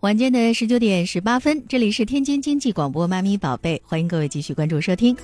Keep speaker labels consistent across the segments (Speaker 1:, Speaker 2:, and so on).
Speaker 1: 晚间的十九点十八分，这里是天津经济广播《妈咪宝贝》，欢迎各位继续关注收听。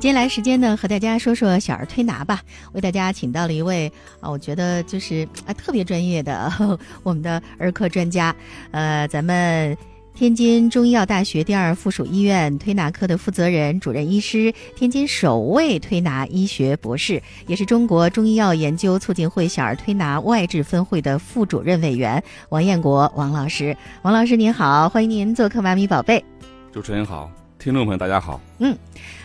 Speaker 1: 接下来时间呢，和大家说说小儿推拿吧。为大家请到了一位啊，我觉得就是啊特别专业的 呵呵我们的儿科专家，呃，咱们天津中医药大学第二附属医院推拿科的负责人、主任医师，天津首位推拿医学博士，也是中国中医药研究促进会小儿推拿外治分会的副主任委员王彦国王老师。王老师您好，欢迎您做客《妈咪宝贝》。
Speaker 2: 主持人好，听众朋友大家好。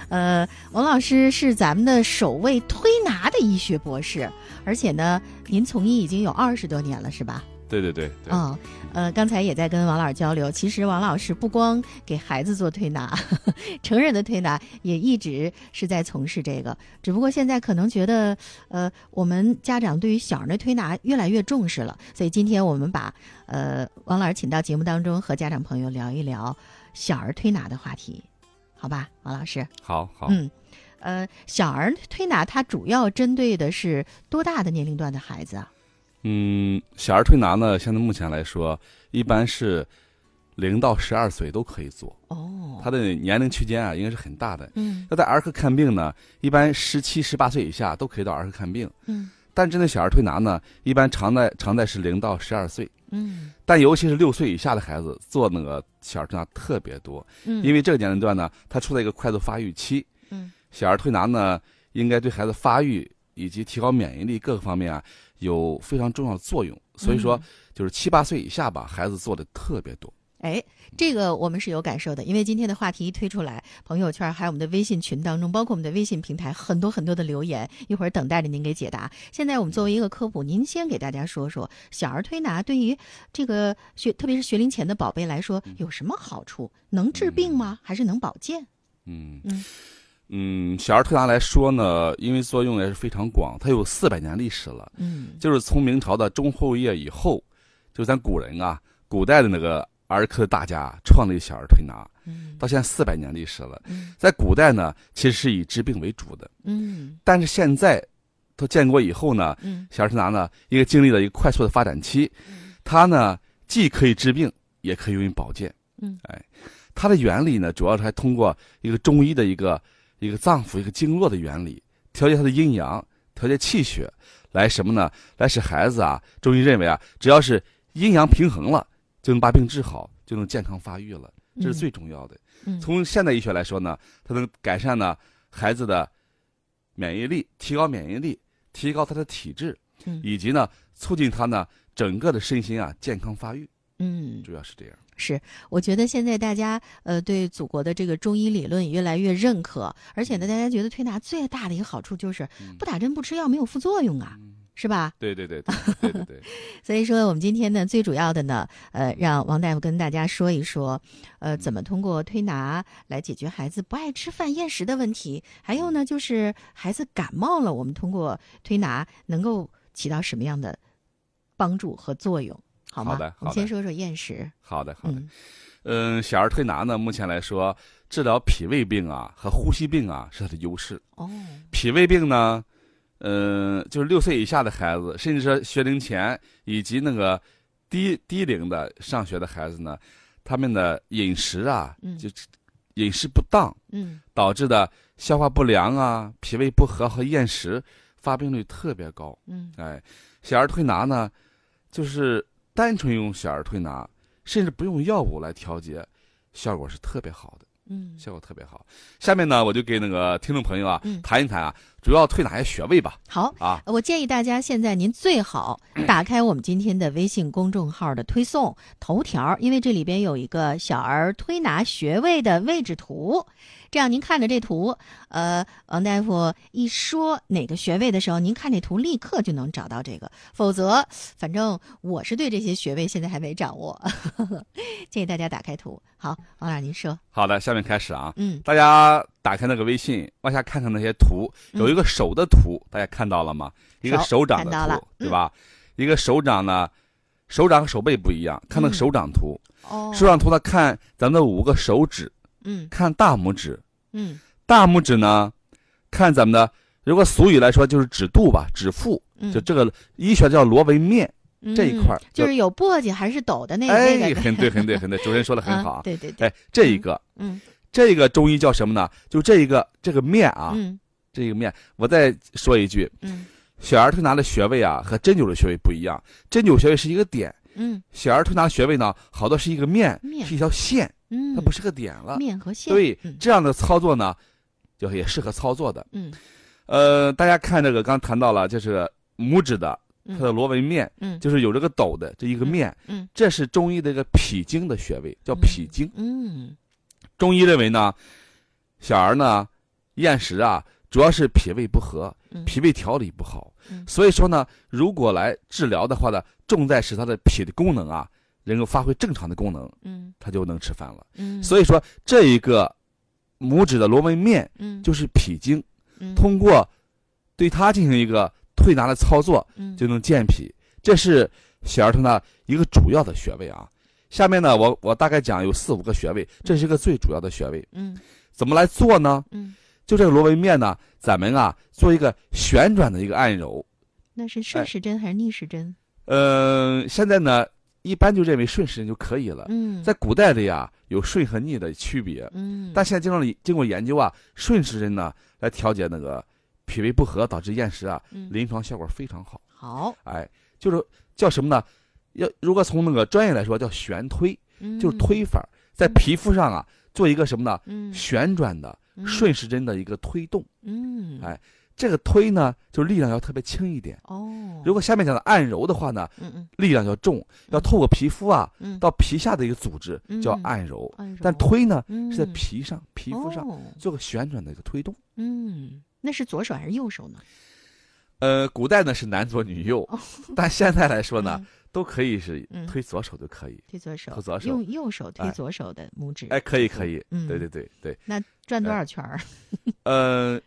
Speaker 1: 呃，王老师是咱们的首位推拿的医学博士，而且呢，您从医已经有二十多年了，是吧？
Speaker 2: 对对对对，
Speaker 1: 嗯，呃，刚才也在跟王老师交流，其实王老师不光给孩子做推拿， 成人的推拿也一直是在从事这个，只不过现在可能觉得，呃，我们家长对于小儿的推拿越来越重视了，所以今天我们把呃王老师请到节目当中，和家长朋友聊一聊小儿推拿的话题，好吧，王老师？
Speaker 2: 好好，
Speaker 1: 嗯，呃，小儿推拿它主要针对的是多大的年龄段的孩子啊？
Speaker 2: 嗯，小儿推拿呢，现在目前来说，一般是零到十二岁都可以做，
Speaker 1: 哦，
Speaker 2: 它的年龄区间啊，应该是很大的。
Speaker 1: 嗯
Speaker 2: 要在儿科看病呢，一般十七、十八岁以下都可以到儿科看病，
Speaker 1: 嗯
Speaker 2: 但针对小儿推拿呢，一般常在常在是零到十二岁，
Speaker 1: 嗯
Speaker 2: 但尤其是六岁以下的孩子做那个小儿推拿特别多，
Speaker 1: 嗯
Speaker 2: 因为这个年龄段呢，它处在一个快速发育期，
Speaker 1: 嗯
Speaker 2: 小儿推拿呢，应该对孩子发育以及提高免疫力各个方面啊有非常重要的作用。所以说，
Speaker 1: 嗯
Speaker 2: 就是七八岁以下吧，孩子做的特别多。
Speaker 1: 哎，这个我们是有感受的，因为今天的话题一推出来，朋友圈还有我们的微信群当中，包括我们的微信平台，很多很多的留言，一会儿等待着您给解答。现在我们作为一个科普，您先给大家说说小儿推拿对于这个学，特别是学龄前的宝贝来说有什么好处？能治病吗？还是能保健？
Speaker 2: 嗯
Speaker 1: 嗯
Speaker 2: 嗯，小儿推拿来说呢，因为作用也是非常广，它有四百年历史了，
Speaker 1: 嗯
Speaker 2: 就是从明朝的中后叶以后，就是咱古人啊，古代的那个儿科大家创立小儿推拿，
Speaker 1: 嗯
Speaker 2: 到现在四百年历史了。
Speaker 1: 嗯
Speaker 2: 在古代呢，其实是以治病为主的，
Speaker 1: 嗯
Speaker 2: 但是现在到建国以后呢，
Speaker 1: 嗯
Speaker 2: 小儿推拿呢，一个经历了一个快速的发展期，它呢既可以治病，也可以用于保健。
Speaker 1: 嗯，
Speaker 2: 哎，它的原理呢，主要是还通过一个中医的一个一个脏腑、一个经络的原理，调节它的阴阳，调节气血，来什么呢？来使孩子啊，中医认为啊，只要是阴阳平衡了，就能把病治好，就能健康发育了，这是最重要的。
Speaker 1: 嗯
Speaker 2: 从现代医学来说呢，它能改善呢孩子的免疫力，提高免疫力，提高他的体质，
Speaker 1: 嗯
Speaker 2: 以及呢促进他呢整个的身心啊健康发育，
Speaker 1: 嗯，
Speaker 2: 主要是这样。
Speaker 1: 是，我觉得现在大家呃对祖国的这个中医理论也越来越认可，而且呢，大家觉得推拿最大的一个好处就是
Speaker 2: 嗯
Speaker 1: 不打针不吃药没有副作用啊，是吧？
Speaker 2: 对对对对对对 对，
Speaker 1: 所以说我们今天呢，最主要的呢，呃，让王大夫跟大家说一说，呃，怎
Speaker 2: 嗯
Speaker 1: 么通过推拿来解决孩子不爱吃饭、厌食的问题，还有呢，就是孩子感冒了，我们通过推拿能够起到什么样的帮助和作用，好吗？
Speaker 2: 好的
Speaker 1: 我们
Speaker 2: 好的
Speaker 1: 先说说厌食。
Speaker 2: 好的好的。
Speaker 1: 嗯
Speaker 2: 嗯，小儿推拿呢，目前来说治疗脾胃病啊和呼吸病啊是它的优势。
Speaker 1: 哦，
Speaker 2: 脾胃病呢，嗯，就是六岁以下的孩子，甚至说学龄前以及那个低低龄的上学的孩子呢，他们的饮食啊，
Speaker 1: 嗯
Speaker 2: 就饮食不当。
Speaker 1: 嗯
Speaker 2: 导致的消化不良啊、脾胃不和和厌食发病率特别高。
Speaker 1: 嗯
Speaker 2: 哎，小儿推拿呢，就是单纯用小儿推拿，甚至不用药物来调节，效果是特别好的，
Speaker 1: 嗯
Speaker 2: 效果特别好。下面呢，我就给那个听众朋友啊、
Speaker 1: 嗯
Speaker 2: 谈一谈啊，主要推哪些穴位吧。
Speaker 1: 好。
Speaker 2: 啊，
Speaker 1: 我建议大家现在您最好打开我们今天的微信公众号的推送头条，因为这里边有一个小儿推拿穴位的位置图，这样您看着这图，呃，王大夫一说哪个穴位的时候，您看这图立刻就能找到这个，否则反正我是对这些穴位现在还没掌握， 建议大家打开图。好，王老师您说，
Speaker 2: 好的，下面开始啊。
Speaker 1: 嗯
Speaker 2: 大家打开那个微信，往下看看那些图，有一个手的图，大家看到了吗？一个
Speaker 1: 嗯手
Speaker 2: 手掌的
Speaker 1: 看到了嗯
Speaker 2: 图，对吧？一个手掌呢，手掌和手背不一样，看那个
Speaker 1: 嗯
Speaker 2: 手掌图，
Speaker 1: 哦
Speaker 2: 手掌图呢，看咱们的五个手指，
Speaker 1: 嗯
Speaker 2: 看大拇指，
Speaker 1: 嗯
Speaker 2: 大拇指呢，看咱们的，如果俗语来说就是指肚吧，指腹，
Speaker 1: 嗯，
Speaker 2: 就这个医学叫罗纹面，这一块儿
Speaker 1: 嗯就是有簸箕还是斗的那个
Speaker 2: 哎
Speaker 1: 那，个，
Speaker 2: 很对，很对，很对，主持人说的很好
Speaker 1: 啊
Speaker 2: 啊。
Speaker 1: 对对对，
Speaker 2: 哎，这一个，
Speaker 1: 嗯
Speaker 2: 这个中医叫什么呢？就这一个这个面啊，
Speaker 1: 嗯
Speaker 2: 这个面。我再说一句，
Speaker 1: 嗯
Speaker 2: 小儿推拿的穴位啊和针灸的穴位不一样，针灸穴位是一个点，
Speaker 1: 嗯
Speaker 2: 小儿推拿穴位呢好多是一个面，
Speaker 1: 面
Speaker 2: 是一条线，
Speaker 1: 嗯，
Speaker 2: 它不是个点了。
Speaker 1: 面和线，
Speaker 2: 对
Speaker 1: 嗯，
Speaker 2: 这样的操作呢，就也适合操作的。
Speaker 1: 嗯
Speaker 2: 呃，大家看这个，刚谈到了，就是拇指的它
Speaker 1: 嗯
Speaker 2: 的螺纹面，
Speaker 1: 嗯
Speaker 2: 就是有这个斗的这一个面，
Speaker 1: 嗯
Speaker 2: 这是中医的一个脾经的穴位，叫脾经。
Speaker 1: 嗯
Speaker 2: 中医认为呢，小儿呢厌食啊，主要是脾胃不和，
Speaker 1: 嗯
Speaker 2: 脾胃调理不好。
Speaker 1: 嗯
Speaker 2: 所以说呢，如果来治疗的话呢，重在使他的脾的功能啊，能够发挥正常的功能，
Speaker 1: 嗯
Speaker 2: 他就能吃饭了。
Speaker 1: 嗯，以
Speaker 2: 所以说，这一个拇指的螺纹面
Speaker 1: 嗯
Speaker 2: 就是脾经，
Speaker 1: 嗯
Speaker 2: 通过对它进行一个推拿的操作，
Speaker 1: 嗯
Speaker 2: 就能健脾。这是小儿推拿一个主要的穴位啊。下面呢，我我大概讲有四五个穴位，这是一个最主要的穴位。
Speaker 1: 嗯
Speaker 2: 怎么来做呢？
Speaker 1: 嗯，
Speaker 2: 就这个螺纹面呢，咱们啊做一个旋转的一个按揉。
Speaker 1: 那是顺
Speaker 2: 哎
Speaker 1: 时针还是逆时针？
Speaker 2: 嗯、现在呢一般就认为顺时针就可以了。
Speaker 1: 嗯，
Speaker 2: 在古代里啊，有顺和逆的区别，
Speaker 1: 嗯，
Speaker 2: 但现在经过经过研究啊，顺时针呢来调节那个脾胃不和导致厌食啊，
Speaker 1: 嗯
Speaker 2: 临床效果非常好。
Speaker 1: 好，
Speaker 2: 哎，就是叫什么呢？要如果从那个专业来说叫旋推，就
Speaker 1: 嗯
Speaker 2: 是推法儿，在
Speaker 1: 嗯
Speaker 2: 皮肤上啊做一个什么呢？
Speaker 1: 嗯
Speaker 2: 旋转的
Speaker 1: 嗯
Speaker 2: 顺时针的一个推动。
Speaker 1: 嗯
Speaker 2: 哎这个推呢，就力量要特别轻一点。
Speaker 1: 哦，
Speaker 2: 如果下面讲的按揉的话呢，
Speaker 1: 嗯嗯
Speaker 2: 力量要重，要透过皮肤啊
Speaker 1: 嗯
Speaker 2: 到皮下的一个组织
Speaker 1: 嗯
Speaker 2: 叫按揉，
Speaker 1: 按揉
Speaker 2: 但推呢
Speaker 1: 嗯
Speaker 2: 是在皮上、皮肤上
Speaker 1: 哦
Speaker 2: 做个旋转的一个推动。
Speaker 1: 嗯，那是左手还是右手呢？
Speaker 2: 呃，古代呢是男左女右
Speaker 1: 哦，
Speaker 2: 但现在来说呢
Speaker 1: 嗯，
Speaker 2: 都可以是
Speaker 1: 嗯
Speaker 2: 推左手就可以。
Speaker 1: 推左手，
Speaker 2: 推左手
Speaker 1: 用右手推
Speaker 2: 哎
Speaker 1: 左手的拇指，
Speaker 2: 哎，可以可以，
Speaker 1: 嗯
Speaker 2: 对哎对对对。
Speaker 1: 转多少圈儿？
Speaker 2: 呃，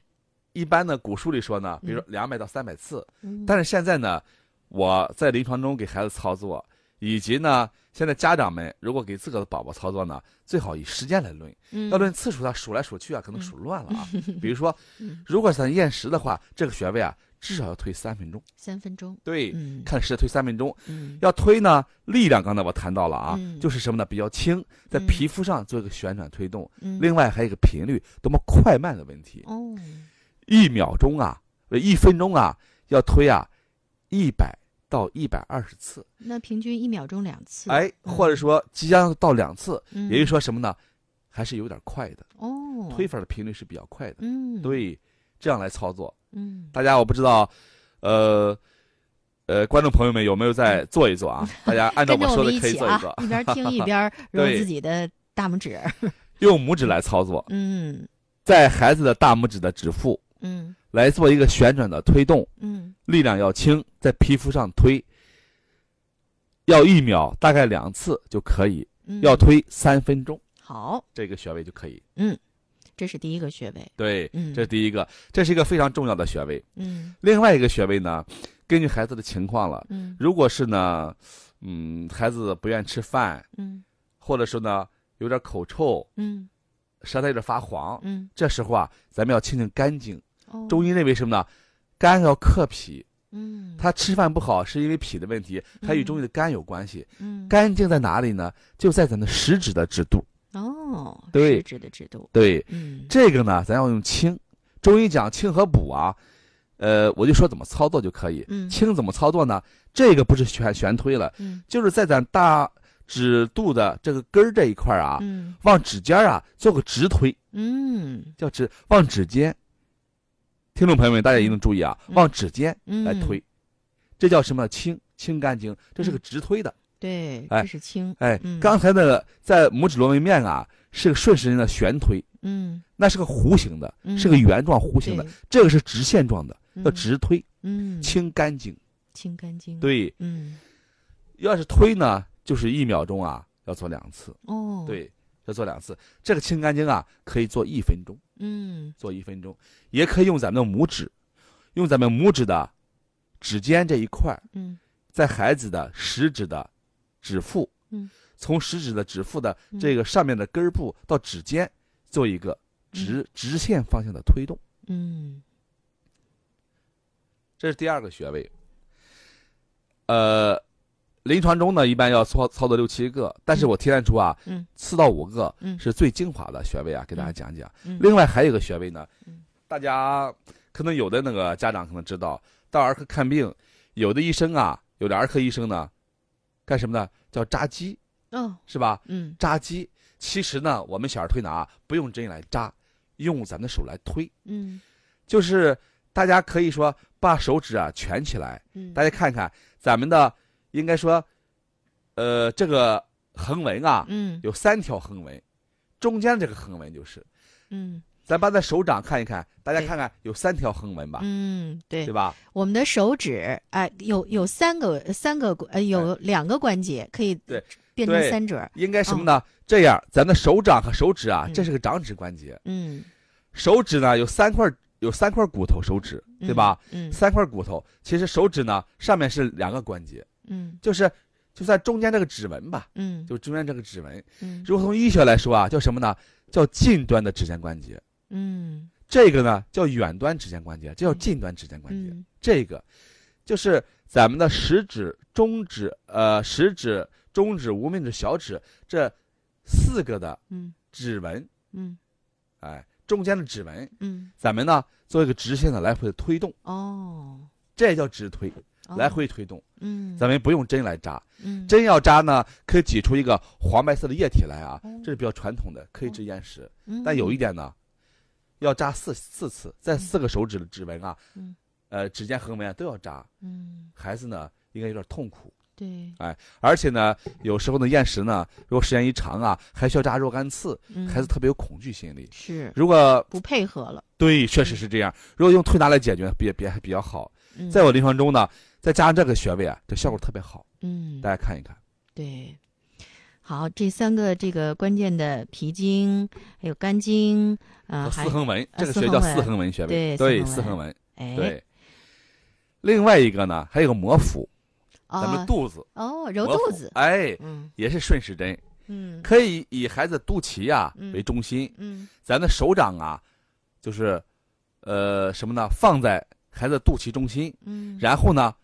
Speaker 2: 一般呢古书里说呢，比如
Speaker 1: 嗯
Speaker 2: 两百到三百次，
Speaker 1: 嗯
Speaker 2: 但是现在呢，我在临床中给孩子操作，以及呢，现在家长们如果给自个的宝宝操作呢，最好以时间来论，
Speaker 1: 嗯
Speaker 2: 要论次数，他数来数去啊，可能数乱了 啊。比如说
Speaker 1: 嗯，
Speaker 2: 如果咱厌食的话，这个穴位啊，至少要推三分钟。
Speaker 1: 三分钟，
Speaker 2: 对，
Speaker 1: 嗯
Speaker 2: 看时间推三分钟。
Speaker 1: 嗯
Speaker 2: 要推呢，力量刚才我谈到了啊，
Speaker 1: 嗯
Speaker 2: 就是什么呢？比较轻，在
Speaker 1: 嗯
Speaker 2: 皮肤上做一个旋转推动。
Speaker 1: 嗯，
Speaker 2: 另外还有一个频率，多么快慢的问题，
Speaker 1: 哦，
Speaker 2: 一秒钟啊，呃一分钟啊，要推啊，一百到一百二十次。
Speaker 1: 那平均一秒钟两次，
Speaker 2: 哎，或者说即将到两次，
Speaker 1: 嗯，
Speaker 2: 也就是说什么呢？还是有点快的，
Speaker 1: 哦，
Speaker 2: 推，法的频率是比较快的。
Speaker 1: 嗯，，
Speaker 2: 对，这样来操作，
Speaker 1: 嗯，
Speaker 2: 大家我不知道，呃，呃，观众朋友们有没有在做一做 啊？大家按照
Speaker 1: 跟着
Speaker 2: 我说
Speaker 1: 们
Speaker 2: 的
Speaker 1: 一
Speaker 2: 可以
Speaker 1: 起
Speaker 2: 做一
Speaker 1: 啊
Speaker 2: 做，，
Speaker 1: 一边听一边揉
Speaker 2: 对
Speaker 1: 自己的大拇指，
Speaker 2: 用拇指来操作，
Speaker 1: 嗯
Speaker 2: 在孩子的大拇指的指腹
Speaker 1: 嗯
Speaker 2: 来做一个旋转的推动，
Speaker 1: 嗯
Speaker 2: 力量要轻，在皮肤上推。要一秒，大概两次就可以；
Speaker 1: 嗯，
Speaker 2: 要推三分钟，
Speaker 1: 好，嗯
Speaker 2: 这个穴位就可以。
Speaker 1: 这是第一个穴位，
Speaker 2: 对，
Speaker 1: 嗯
Speaker 2: 这是第一个，这是一个非常重要的穴位。
Speaker 1: 嗯
Speaker 2: 另外一个穴位呢，根据孩子的情况了，
Speaker 1: 嗯
Speaker 2: 如果是呢，嗯，孩子不愿吃饭，
Speaker 1: 嗯
Speaker 2: 或者说呢有点口臭，
Speaker 1: 嗯
Speaker 2: 舌苔有点发黄，
Speaker 1: 嗯，
Speaker 2: 这时候啊，咱们要清清肝经。
Speaker 1: 哦，
Speaker 2: 中医认为什么呢？肝要克脾，
Speaker 1: 嗯，
Speaker 2: 他吃饭不好是因为脾的问题，还与
Speaker 1: 嗯
Speaker 2: 中医的肝有关系。
Speaker 1: 嗯
Speaker 2: 肝经在哪里呢？就在咱的食指的指肚。
Speaker 1: 哦，
Speaker 2: 对
Speaker 1: 食指的指肚，
Speaker 2: 对，
Speaker 1: 嗯
Speaker 2: 这个呢，咱要用清。中医讲清和补啊，呃，我就说怎么操作就可以。
Speaker 1: 嗯
Speaker 2: 清怎么操作呢？这个不是悬悬推了，
Speaker 1: 嗯
Speaker 2: 就是在咱大指肚的这个根儿这一块儿啊，
Speaker 1: 嗯
Speaker 2: 往指尖儿啊做个直推，
Speaker 1: 嗯
Speaker 2: 叫直往指尖。听众朋友们，大家一定注意啊，
Speaker 1: 嗯
Speaker 2: 往指尖
Speaker 1: 嗯，
Speaker 2: 来推，这叫什么呢？清清肝经，这
Speaker 1: 嗯
Speaker 2: 是个直推的。
Speaker 1: 对，
Speaker 2: 哎
Speaker 1: 这是轻，
Speaker 2: 哎
Speaker 1: 嗯，
Speaker 2: 刚才的在拇指螺纹面啊，是个顺时针的旋推，
Speaker 1: 嗯，
Speaker 2: 那是个弧形的，
Speaker 1: 嗯
Speaker 2: 是个圆状弧形的，
Speaker 1: 对，
Speaker 2: 这个是直线状的，要
Speaker 1: 嗯
Speaker 2: 直推，
Speaker 1: 嗯，
Speaker 2: 清肝经。
Speaker 1: 清肝经，，
Speaker 2: 对，
Speaker 1: 嗯
Speaker 2: 要是推呢，就是一秒钟啊，要做两次。
Speaker 1: 哦，，
Speaker 2: 对，要做两次。这个清肝经啊，可以做一分钟，
Speaker 1: 嗯
Speaker 2: 做一分钟，也可以用咱们的拇指，用咱们拇指的指尖这一块儿，
Speaker 1: 嗯
Speaker 2: 在孩子的食指的指腹，
Speaker 1: 嗯，
Speaker 2: 从食指的指腹的
Speaker 1: 嗯
Speaker 2: 这个上面的根儿部到指尖，做一个直、直线方向的推动。
Speaker 1: 嗯
Speaker 2: 这是第二个穴位。呃，临床中呢，一般要操操作六七个，但是我提炼出啊，
Speaker 1: 嗯，
Speaker 2: 四到五个
Speaker 1: 嗯
Speaker 2: 是最精华的穴位啊，给大家讲讲。
Speaker 1: 嗯
Speaker 2: 另外还有一个穴位呢
Speaker 1: 嗯，
Speaker 2: 大家可能有的那个家长可能知道，到儿科看病，有的医生啊，有的儿科医生呢，干什么呢？叫扎鸡，
Speaker 1: 哦，
Speaker 2: 是吧？
Speaker 1: 嗯
Speaker 2: 扎鸡，其实呢，我们小儿推拿啊不用针来扎，用咱们的手来推，
Speaker 1: 嗯
Speaker 2: 就是大家可以说把手指啊蜷起来，
Speaker 1: 嗯，
Speaker 2: 大家看看咱们的，应该说，呃，这个横纹啊，
Speaker 1: 嗯
Speaker 2: 有三条横纹，中间这个横纹就是，
Speaker 1: 嗯
Speaker 2: 咱把咱手掌看一看，大家
Speaker 1: 对
Speaker 2: 看看有三条横纹吧，
Speaker 1: 嗯，对
Speaker 2: 对，吧？
Speaker 1: 我们的手指哎，有有三个三个呃，有两个关节可以
Speaker 2: 哎对
Speaker 1: 变成
Speaker 2: 对
Speaker 1: 三指儿，
Speaker 2: 应该什么呢？这样，咱的手掌和手指啊，
Speaker 1: 嗯
Speaker 2: 这是个掌指关节，
Speaker 1: 嗯，
Speaker 2: 手指呢有三块，有三块骨头，手指
Speaker 1: 嗯
Speaker 2: 对吧？？
Speaker 1: 嗯
Speaker 2: 三块骨头，其实手指呢上面是两个关节，
Speaker 1: 嗯
Speaker 2: 就是就算中间这个指纹吧，
Speaker 1: 嗯
Speaker 2: 就中间这个指纹，
Speaker 1: 嗯
Speaker 2: 如果从医学来说啊，叫什么呢？叫近端的指尖关节。
Speaker 1: 嗯
Speaker 2: 这个呢叫远端指尖关节，这叫近端指尖关节。
Speaker 1: 嗯
Speaker 2: 这个就是咱们的食指、中指、呃食指、中指、无名指、小指这四个的
Speaker 1: 嗯
Speaker 2: 指纹，
Speaker 1: 嗯
Speaker 2: 哎，中间的指纹，
Speaker 1: 嗯
Speaker 2: 咱们呢做一个直线的来回的推动，
Speaker 1: 哦，
Speaker 2: 这叫直推，
Speaker 1: 哦
Speaker 2: 来回推动。
Speaker 1: 嗯，
Speaker 2: 咱们不用针来扎，
Speaker 1: 嗯
Speaker 2: 针要扎呢，可以挤出一个黄白色的液体来啊
Speaker 1: 哦，
Speaker 2: 这是比较传统的，可以治眼石。
Speaker 1: 嗯
Speaker 2: 但有一点呢，要扎四四次，在四个手指的指纹啊，
Speaker 1: 嗯
Speaker 2: 呃，指尖横纹啊都要扎。
Speaker 1: 嗯
Speaker 2: 孩子呢，应该有点痛苦，
Speaker 1: 对，
Speaker 2: 而且呢，有时候呢，厌食呢，如果时间一长啊，还需要扎若干次，
Speaker 1: 嗯
Speaker 2: 孩子特别有恐惧心理。
Speaker 1: 是
Speaker 2: 如果
Speaker 1: 不配合了，
Speaker 2: 对，确实是这样。如果用推拿来解决，比比还比较好。
Speaker 1: 嗯
Speaker 2: 在我临床中呢，再加上这个穴位啊，这效果特别好。
Speaker 1: 嗯
Speaker 2: 大家看一看，
Speaker 1: 对，好，这三个这个关键的脾经，还有肝经，呃，
Speaker 2: 叫
Speaker 1: 还
Speaker 2: 四横纹，
Speaker 1: 呃
Speaker 2: 这个
Speaker 1: 四
Speaker 2: 穴
Speaker 1: 横
Speaker 2: 叫
Speaker 1: 纹
Speaker 2: 四横纹穴位，
Speaker 1: 对
Speaker 2: 对，
Speaker 1: 四
Speaker 2: 四
Speaker 1: 横
Speaker 2: 横
Speaker 1: 纹
Speaker 2: 纹，
Speaker 1: 哎，
Speaker 2: 对。另外一个呢，还有个摩腹，咱
Speaker 1: 啊
Speaker 2: 们肚子。
Speaker 1: 哦，揉
Speaker 2: 摩
Speaker 1: 肚
Speaker 2: 腹
Speaker 1: 子，
Speaker 2: 哎，
Speaker 1: 嗯
Speaker 2: 也是顺时针，
Speaker 1: 嗯
Speaker 2: 可以以孩子肚脐呀、
Speaker 1: 嗯
Speaker 2: 为中心，
Speaker 1: 嗯
Speaker 2: 咱的手掌啊，就是，呃，什么呢？放在孩子肚脐中心，
Speaker 1: 嗯，
Speaker 2: 然后呢，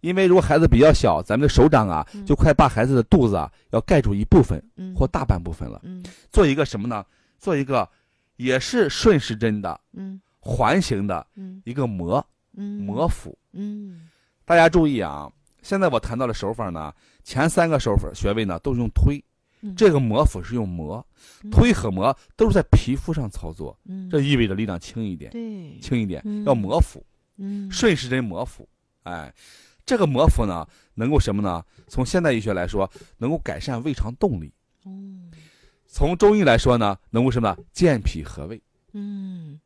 Speaker 2: 因为如果孩子比较小，咱们的手掌啊
Speaker 1: 嗯，
Speaker 2: 就快把孩子的肚子啊要盖住一部分
Speaker 1: 嗯
Speaker 2: 或大半部分了，
Speaker 1: 嗯
Speaker 2: 做一个什么呢？做一个也是顺时针的
Speaker 1: 嗯
Speaker 2: 环形的
Speaker 1: 嗯
Speaker 2: 一个磨
Speaker 1: 嗯
Speaker 2: 磨腹。
Speaker 1: 嗯
Speaker 2: 大家注意啊，现在我谈到的手法呢，前三个手法穴位呢都是用推，
Speaker 1: 嗯
Speaker 2: 这个摩腹是用磨
Speaker 1: 嗯，
Speaker 2: 推和磨都是在皮肤上操作，
Speaker 1: 嗯
Speaker 2: 这意味着力量轻一点，
Speaker 1: 对
Speaker 2: 轻一点
Speaker 1: 嗯，
Speaker 2: 要磨腹，
Speaker 1: 嗯
Speaker 2: 顺时针磨腹，哎，这个磨腹呢，能够什么呢？从现代医学来说，能够改善胃肠动力；
Speaker 1: 哦
Speaker 2: 从中医来说呢，能够什么呢？健脾和胃，
Speaker 1: 嗯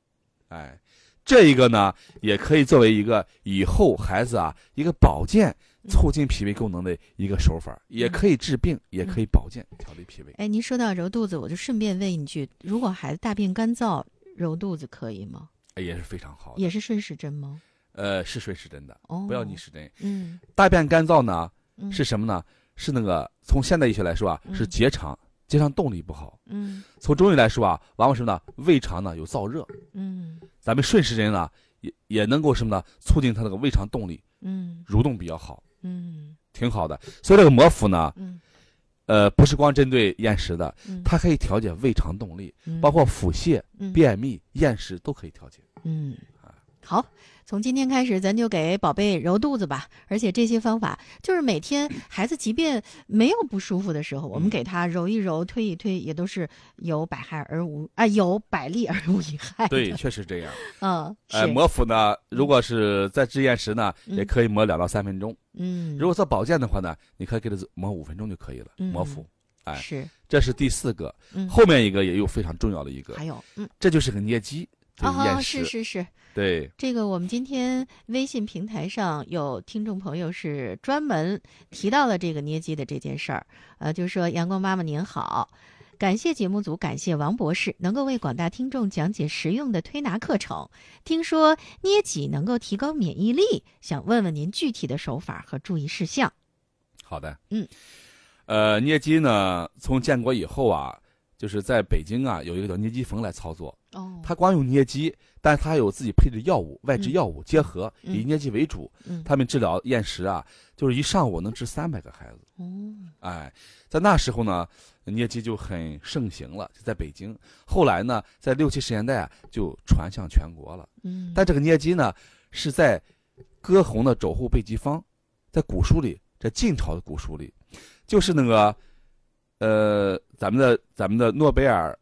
Speaker 2: 哎。这一个呢，也可以作为一个以后孩子啊一个保健、
Speaker 1: 嗯
Speaker 2: 促进脾胃功能的一个手法，也可以治病，
Speaker 1: 嗯
Speaker 2: 也可以保健、调理脾胃。
Speaker 1: 哎，您说到揉肚子，我就顺便问一句，如果孩子大便干燥，揉肚子可以吗？
Speaker 2: 哎也是非常好的。
Speaker 1: 也是顺时针吗？
Speaker 2: 呃，是顺时针的，
Speaker 1: 哦，
Speaker 2: 不要逆时针。
Speaker 1: 嗯
Speaker 2: 大便干燥呢
Speaker 1: 嗯
Speaker 2: 是什么呢？是那个从现代医学来说啊，
Speaker 1: 嗯
Speaker 2: 是结肠，结肠动力不好；
Speaker 1: 嗯
Speaker 2: 从中医来说啊，往往什么呢？胃肠呢有燥热，
Speaker 1: 嗯
Speaker 2: 咱们顺时针呢也也能够什么呢？促进它那个胃肠动力
Speaker 1: 嗯
Speaker 2: 蠕动比较好，
Speaker 1: 嗯
Speaker 2: 挺好的。所以这个摩腹呢，
Speaker 1: 嗯
Speaker 2: 呃，不是光针对厌食的，
Speaker 1: 嗯，
Speaker 2: 它可以调节胃肠动力，
Speaker 1: 嗯
Speaker 2: 包括腹泻、
Speaker 1: 嗯
Speaker 2: 便啊秘、厌食都可以调节。
Speaker 1: 嗯，好，从今天开始，咱就给宝贝揉肚子吧。而且这些方法，就是每天孩子即便没有不舒服的时候，我们
Speaker 2: 嗯
Speaker 1: 给他揉一揉、推一推，也都是有百害而无啊，有百利而无一害。
Speaker 2: 对，，确实这样。
Speaker 1: 嗯，
Speaker 2: 呃，
Speaker 1: 是，
Speaker 2: 摩腹呢，如果是在治厌食呢，
Speaker 1: 嗯
Speaker 2: 也可以磨两到三分钟。
Speaker 1: 嗯，
Speaker 2: 如果做保健的话呢，你可以给它磨五分钟就可以了，
Speaker 1: 嗯
Speaker 2: 磨腹。哎
Speaker 1: 是，
Speaker 2: 这是第四个，
Speaker 1: 嗯，
Speaker 2: 后面一个也有非常重要的一个
Speaker 1: 还，有，嗯，
Speaker 2: 这就是个捏肌，这是
Speaker 1: 啊，
Speaker 2: 厌
Speaker 1: 是是
Speaker 2: 食。
Speaker 1: 是，
Speaker 2: 对，
Speaker 1: 这个我们今天微信平台上有听众朋友是专门提到了这个捏肌的这件事儿，呃，就说阳光妈妈您好，感谢节目组，感谢王博士能够为广大听众讲解实用的推拿课程。听说捏脊能够提高免疫力，想问问您具体的手法和注意事项。
Speaker 2: 好的，
Speaker 1: 嗯，
Speaker 2: 呃，捏肌呢，从建国以后啊，就是在北京啊有一个叫捏肌缝来操作，
Speaker 1: 哦，
Speaker 2: 它光用捏肌，但是它有自己配置药物、外治
Speaker 1: 嗯
Speaker 2: 药物结合，
Speaker 1: 嗯
Speaker 2: 以捏肌为主，
Speaker 1: 嗯
Speaker 2: 他们治疗厌食啊，就是一上午能治三百个孩子。
Speaker 1: 哦，
Speaker 2: 哎，在那时候呢，捏机就很盛行了，就在北京。后来呢，在六七十年代啊，就传向全国了。
Speaker 1: 嗯，
Speaker 2: 但这个捏机呢，是在歌红的《肘后备急方》，在古书里，在晋朝的古书里，就是那个，呃，咱们的咱们的诺贝尔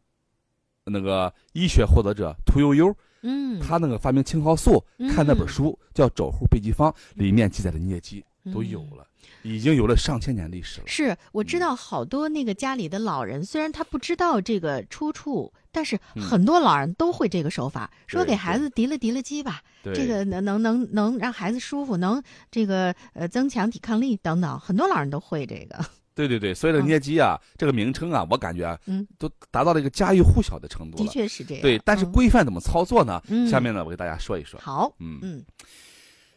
Speaker 2: 那个医学获得者屠呦呦，
Speaker 1: 嗯，
Speaker 2: 她那个发明青蒿素，看那本
Speaker 1: 嗯
Speaker 2: 书叫《肘后备急方》，里面记载的捏机都有
Speaker 1: 嗯
Speaker 2: 了，已经有了上千年历史了。
Speaker 1: 是我知
Speaker 2: 嗯
Speaker 1: 道好多那个家里的老人，虽然他不知道这个出处，但是
Speaker 2: 嗯
Speaker 1: 很多老人都会这个手法，说
Speaker 2: 对
Speaker 1: 给孩
Speaker 2: 对
Speaker 1: 子提了提了肌吧，
Speaker 2: 对
Speaker 1: 这个能能能能让孩子舒服，能这个呃增强抵抗力等等，很多老人都会这个。
Speaker 2: 对对对，所以这个
Speaker 1: 嗯
Speaker 2: 捏机啊，这个名称啊，我感觉啊，
Speaker 1: 嗯，
Speaker 2: 都达到了一个家喻户晓的程度
Speaker 1: 的
Speaker 2: 了。
Speaker 1: 确是这样。
Speaker 2: 对，但是
Speaker 1: 嗯
Speaker 2: 规范怎么操作呢？
Speaker 1: 嗯
Speaker 2: 下面呢，我给大家说一说。
Speaker 1: 好，
Speaker 2: 嗯，
Speaker 1: 嗯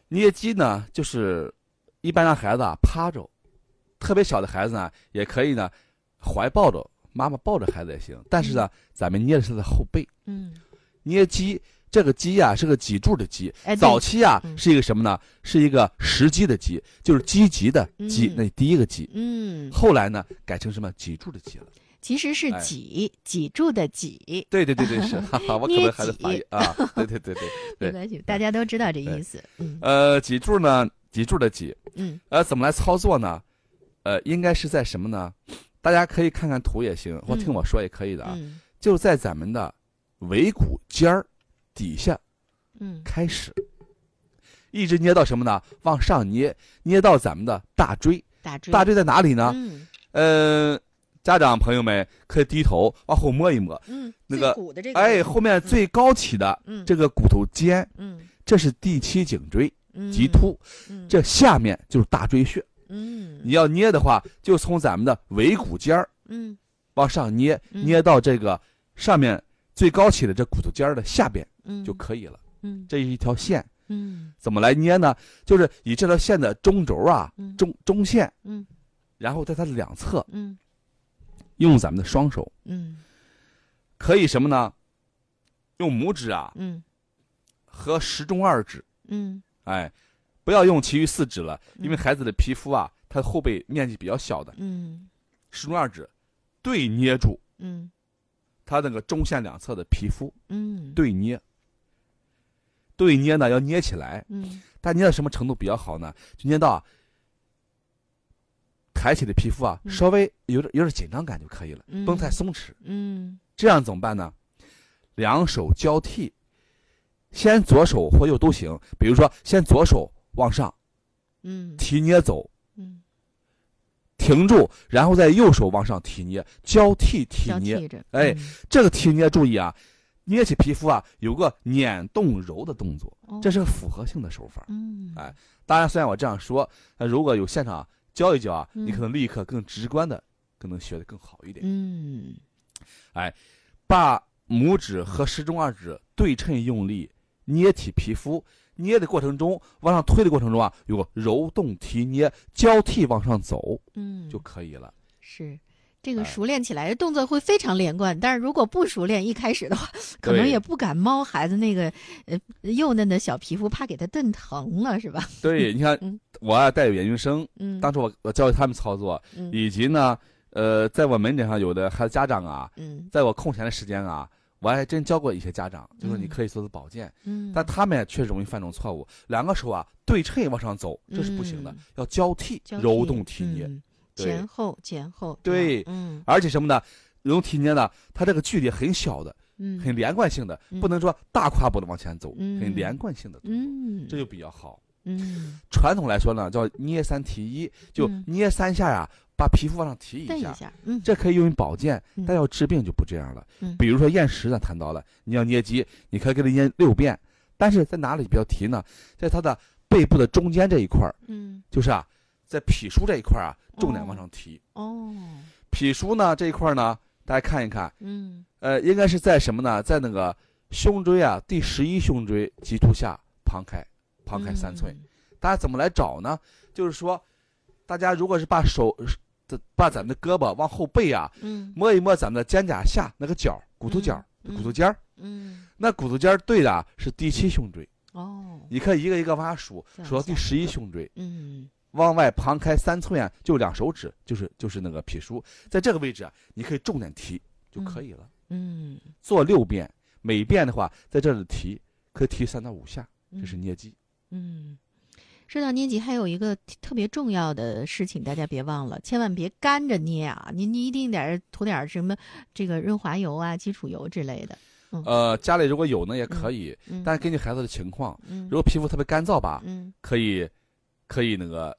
Speaker 2: 捏机呢，就是一般让孩子啊趴着，特别小的孩子呢，也可以呢怀抱着妈妈抱着孩子也行，但是呢，咱们捏的是他的后背。
Speaker 1: 嗯，
Speaker 2: 捏机这个机啊，是个脊柱的脊，
Speaker 1: 哎，对
Speaker 2: 早期啊
Speaker 1: 嗯
Speaker 2: 是一个什么呢？是一个石机的机，就是积极的积
Speaker 1: 嗯，
Speaker 2: 那第一个机。
Speaker 1: 嗯，
Speaker 2: 后来呢，改成什么脊柱的脊了。
Speaker 1: 其实是
Speaker 2: 哎
Speaker 1: 脊脊柱的脊，
Speaker 2: 对对对对， 是，哈哈，我可
Speaker 1: 捏
Speaker 2: 能还是
Speaker 1: 脊
Speaker 2: 发音啊，对对对对，
Speaker 1: 没
Speaker 2: 对
Speaker 1: 关系，大家都知道这
Speaker 2: 对
Speaker 1: 意思。嗯
Speaker 2: 呃，脊柱呢，脊柱的脊，
Speaker 1: 嗯
Speaker 2: 呃，怎么来操作呢？呃，应该是在什么呢？大家可以看看图也行，或
Speaker 1: 嗯
Speaker 2: 听我说也可以的啊，
Speaker 1: 嗯
Speaker 2: 就在咱们的尾骨尖儿底下
Speaker 1: 嗯
Speaker 2: 开始，一直捏到什么呢？往上捏，捏到咱们的大椎，
Speaker 1: 打椎
Speaker 2: 大椎在哪里呢？
Speaker 1: 嗯
Speaker 2: 呃，家长朋友们可以低头往后摸一摸，
Speaker 1: 嗯，
Speaker 2: 那
Speaker 1: 最
Speaker 2: 个
Speaker 1: 骨的这个
Speaker 2: 哎，后面最高起的
Speaker 1: 嗯
Speaker 2: 这个骨头尖。
Speaker 1: 嗯
Speaker 2: 这是第七颈椎
Speaker 1: 嗯
Speaker 2: 棘突，
Speaker 1: 嗯
Speaker 2: 这下面就是大椎穴。
Speaker 1: 嗯
Speaker 2: 你要捏的话，就从咱们的尾骨尖儿
Speaker 1: 嗯
Speaker 2: 往上捏，
Speaker 1: 嗯
Speaker 2: 捏到这个上面最高起的这骨头尖儿的下边
Speaker 1: 嗯
Speaker 2: 就可以了。
Speaker 1: 嗯
Speaker 2: 这是一条线，
Speaker 1: 嗯
Speaker 2: 怎么来捏呢？就是以这条线的中轴啊，
Speaker 1: 嗯
Speaker 2: 中中线，
Speaker 1: 嗯
Speaker 2: 然后在它的两侧
Speaker 1: 嗯
Speaker 2: 用咱们的双手，
Speaker 1: 嗯
Speaker 2: 可以什么呢？用拇指啊
Speaker 1: 嗯
Speaker 2: 和食中二指，
Speaker 1: 嗯
Speaker 2: 哎，不要用其余四指了，因为
Speaker 1: 嗯
Speaker 2: 孩子的皮肤啊，它的后背面积比较小的。
Speaker 1: 嗯
Speaker 2: 食中二指对捏住
Speaker 1: 嗯
Speaker 2: 它那个中线两侧的皮肤，
Speaker 1: 嗯
Speaker 2: 对捏。对捏呢要捏起来，
Speaker 1: 嗯
Speaker 2: 但捏到什么程度比较好呢？就捏到啊抬起的皮肤啊，
Speaker 1: 嗯
Speaker 2: 稍微有点有点紧张感就可以了，
Speaker 1: 嗯
Speaker 2: 不能太松弛。
Speaker 1: 嗯
Speaker 2: 这样怎么办呢？两手交替，先左手或右都行。比如说，先左手往上
Speaker 1: 嗯
Speaker 2: 提捏走，
Speaker 1: 嗯
Speaker 2: 停住，然后再右手往上提捏，交替提
Speaker 1: 交
Speaker 2: 捏。
Speaker 1: 替着
Speaker 2: 哎
Speaker 1: 嗯
Speaker 2: 这个提捏注意啊，捏起皮肤啊有个捻动揉的动作，
Speaker 1: 哦
Speaker 2: 这是个复合性的手法。
Speaker 1: 嗯
Speaker 2: 哎当然，虽然我这样说，那如果有现场教一教啊，
Speaker 1: 嗯
Speaker 2: 你可能立刻更直观的，更能学得更好一点。
Speaker 1: 嗯
Speaker 2: 把拇指和食中二指对称用力捏起皮肤，捏的过程中，往上推的过程中啊，有个揉动提捏，交替往上走
Speaker 1: 嗯
Speaker 2: 就可以了。
Speaker 1: 是。这个
Speaker 2: 哎
Speaker 1: 熟练起来，动作会非常连贯。但是如果不熟练，一开始的话，可能
Speaker 2: 对
Speaker 1: 也不敢摸孩子那个呃幼嫩的小皮肤，怕给他蹬疼了，是吧？
Speaker 2: 对，你看
Speaker 1: 嗯，
Speaker 2: 我啊带有研究生，
Speaker 1: 嗯，
Speaker 2: 当初我我教他们操作，啊
Speaker 1: 嗯
Speaker 2: 以及呢，呃，在我门诊上有的孩子家长啊，
Speaker 1: 嗯
Speaker 2: 在我空闲的时间啊，我还真教过一些家长，就说
Speaker 1: 嗯
Speaker 2: 你可以做做保健，
Speaker 1: 嗯，
Speaker 2: 但他们也确实容易犯这种错误，两个手啊对称往上走，这是不行的，
Speaker 1: 嗯
Speaker 2: 要交替
Speaker 1: 交
Speaker 2: 揉
Speaker 1: 替
Speaker 2: 动提捏，
Speaker 1: 嗯
Speaker 2: 对
Speaker 1: 前后前后，
Speaker 2: 对
Speaker 1: 这样嗯
Speaker 2: 而且什么呢？揉动提捏呢，它这个距离很小的，
Speaker 1: 嗯，
Speaker 2: 很连贯性的，
Speaker 1: 嗯
Speaker 2: 不能说大跨步的往前走，
Speaker 1: 嗯
Speaker 2: 很连贯性的动作，
Speaker 1: 嗯，
Speaker 2: 这就比较好。
Speaker 1: 嗯
Speaker 2: 传统来说呢，叫捏三提一，就
Speaker 1: 嗯
Speaker 2: 捏三下呀、把皮肤往上提
Speaker 1: 蹬
Speaker 2: 一
Speaker 1: 一
Speaker 2: 下，
Speaker 1: 下，嗯
Speaker 2: 这可以用于保健
Speaker 1: 嗯，
Speaker 2: 但要治病就不这样了。
Speaker 1: 嗯
Speaker 2: 比如说厌食，咱谈到了，你要捏脊，你可以给它捏六遍，但是在哪里比较提呢？在它的背部的中间这一块儿，
Speaker 1: 嗯
Speaker 2: 就是啊，在脾腧这一块儿啊，重点往上提。
Speaker 1: 哦
Speaker 2: 脾腧呢这一块儿呢，大家看一看，
Speaker 1: 嗯
Speaker 2: 呃，应该是在什么呢？在那个胸椎啊，第十一胸椎棘突下旁开，
Speaker 1: 嗯
Speaker 2: 旁开三寸。，大家怎么来找呢？就是说，大家如果是把手这把咱们的胳膊往后背啊，
Speaker 1: 嗯
Speaker 2: 摸一摸咱们的肩胛下那个角儿骨头角儿、
Speaker 1: 嗯
Speaker 2: 骨头尖儿。
Speaker 1: 嗯，
Speaker 2: 那骨头尖儿对的啊是第七胸椎，
Speaker 1: 哦，
Speaker 2: 你看一个一个往下数
Speaker 1: 这，样
Speaker 2: 数到第
Speaker 1: 下
Speaker 2: 十一胸椎，
Speaker 1: 嗯
Speaker 2: 往外旁开三寸啊，就两手指，就是就是那个脾腧，在这个位置啊，你可以重点提就可以了。
Speaker 1: 嗯，
Speaker 2: 做六遍，每遍的话在这里提，可以提三到五下，
Speaker 1: 嗯
Speaker 2: 这是捏肌。
Speaker 1: 嗯。说到捏脊，还有一个特别重要的事情，大家别忘了，千万别干着捏啊！你你一定得儿涂点儿什么这个润滑油啊、基础油之类的。
Speaker 2: 呃，家里如果有呢也可以，
Speaker 1: 嗯，
Speaker 2: 但是根啊据孩子的情况，
Speaker 1: 嗯
Speaker 2: 如果皮肤特别干燥吧，
Speaker 1: 嗯
Speaker 2: 可以可以那个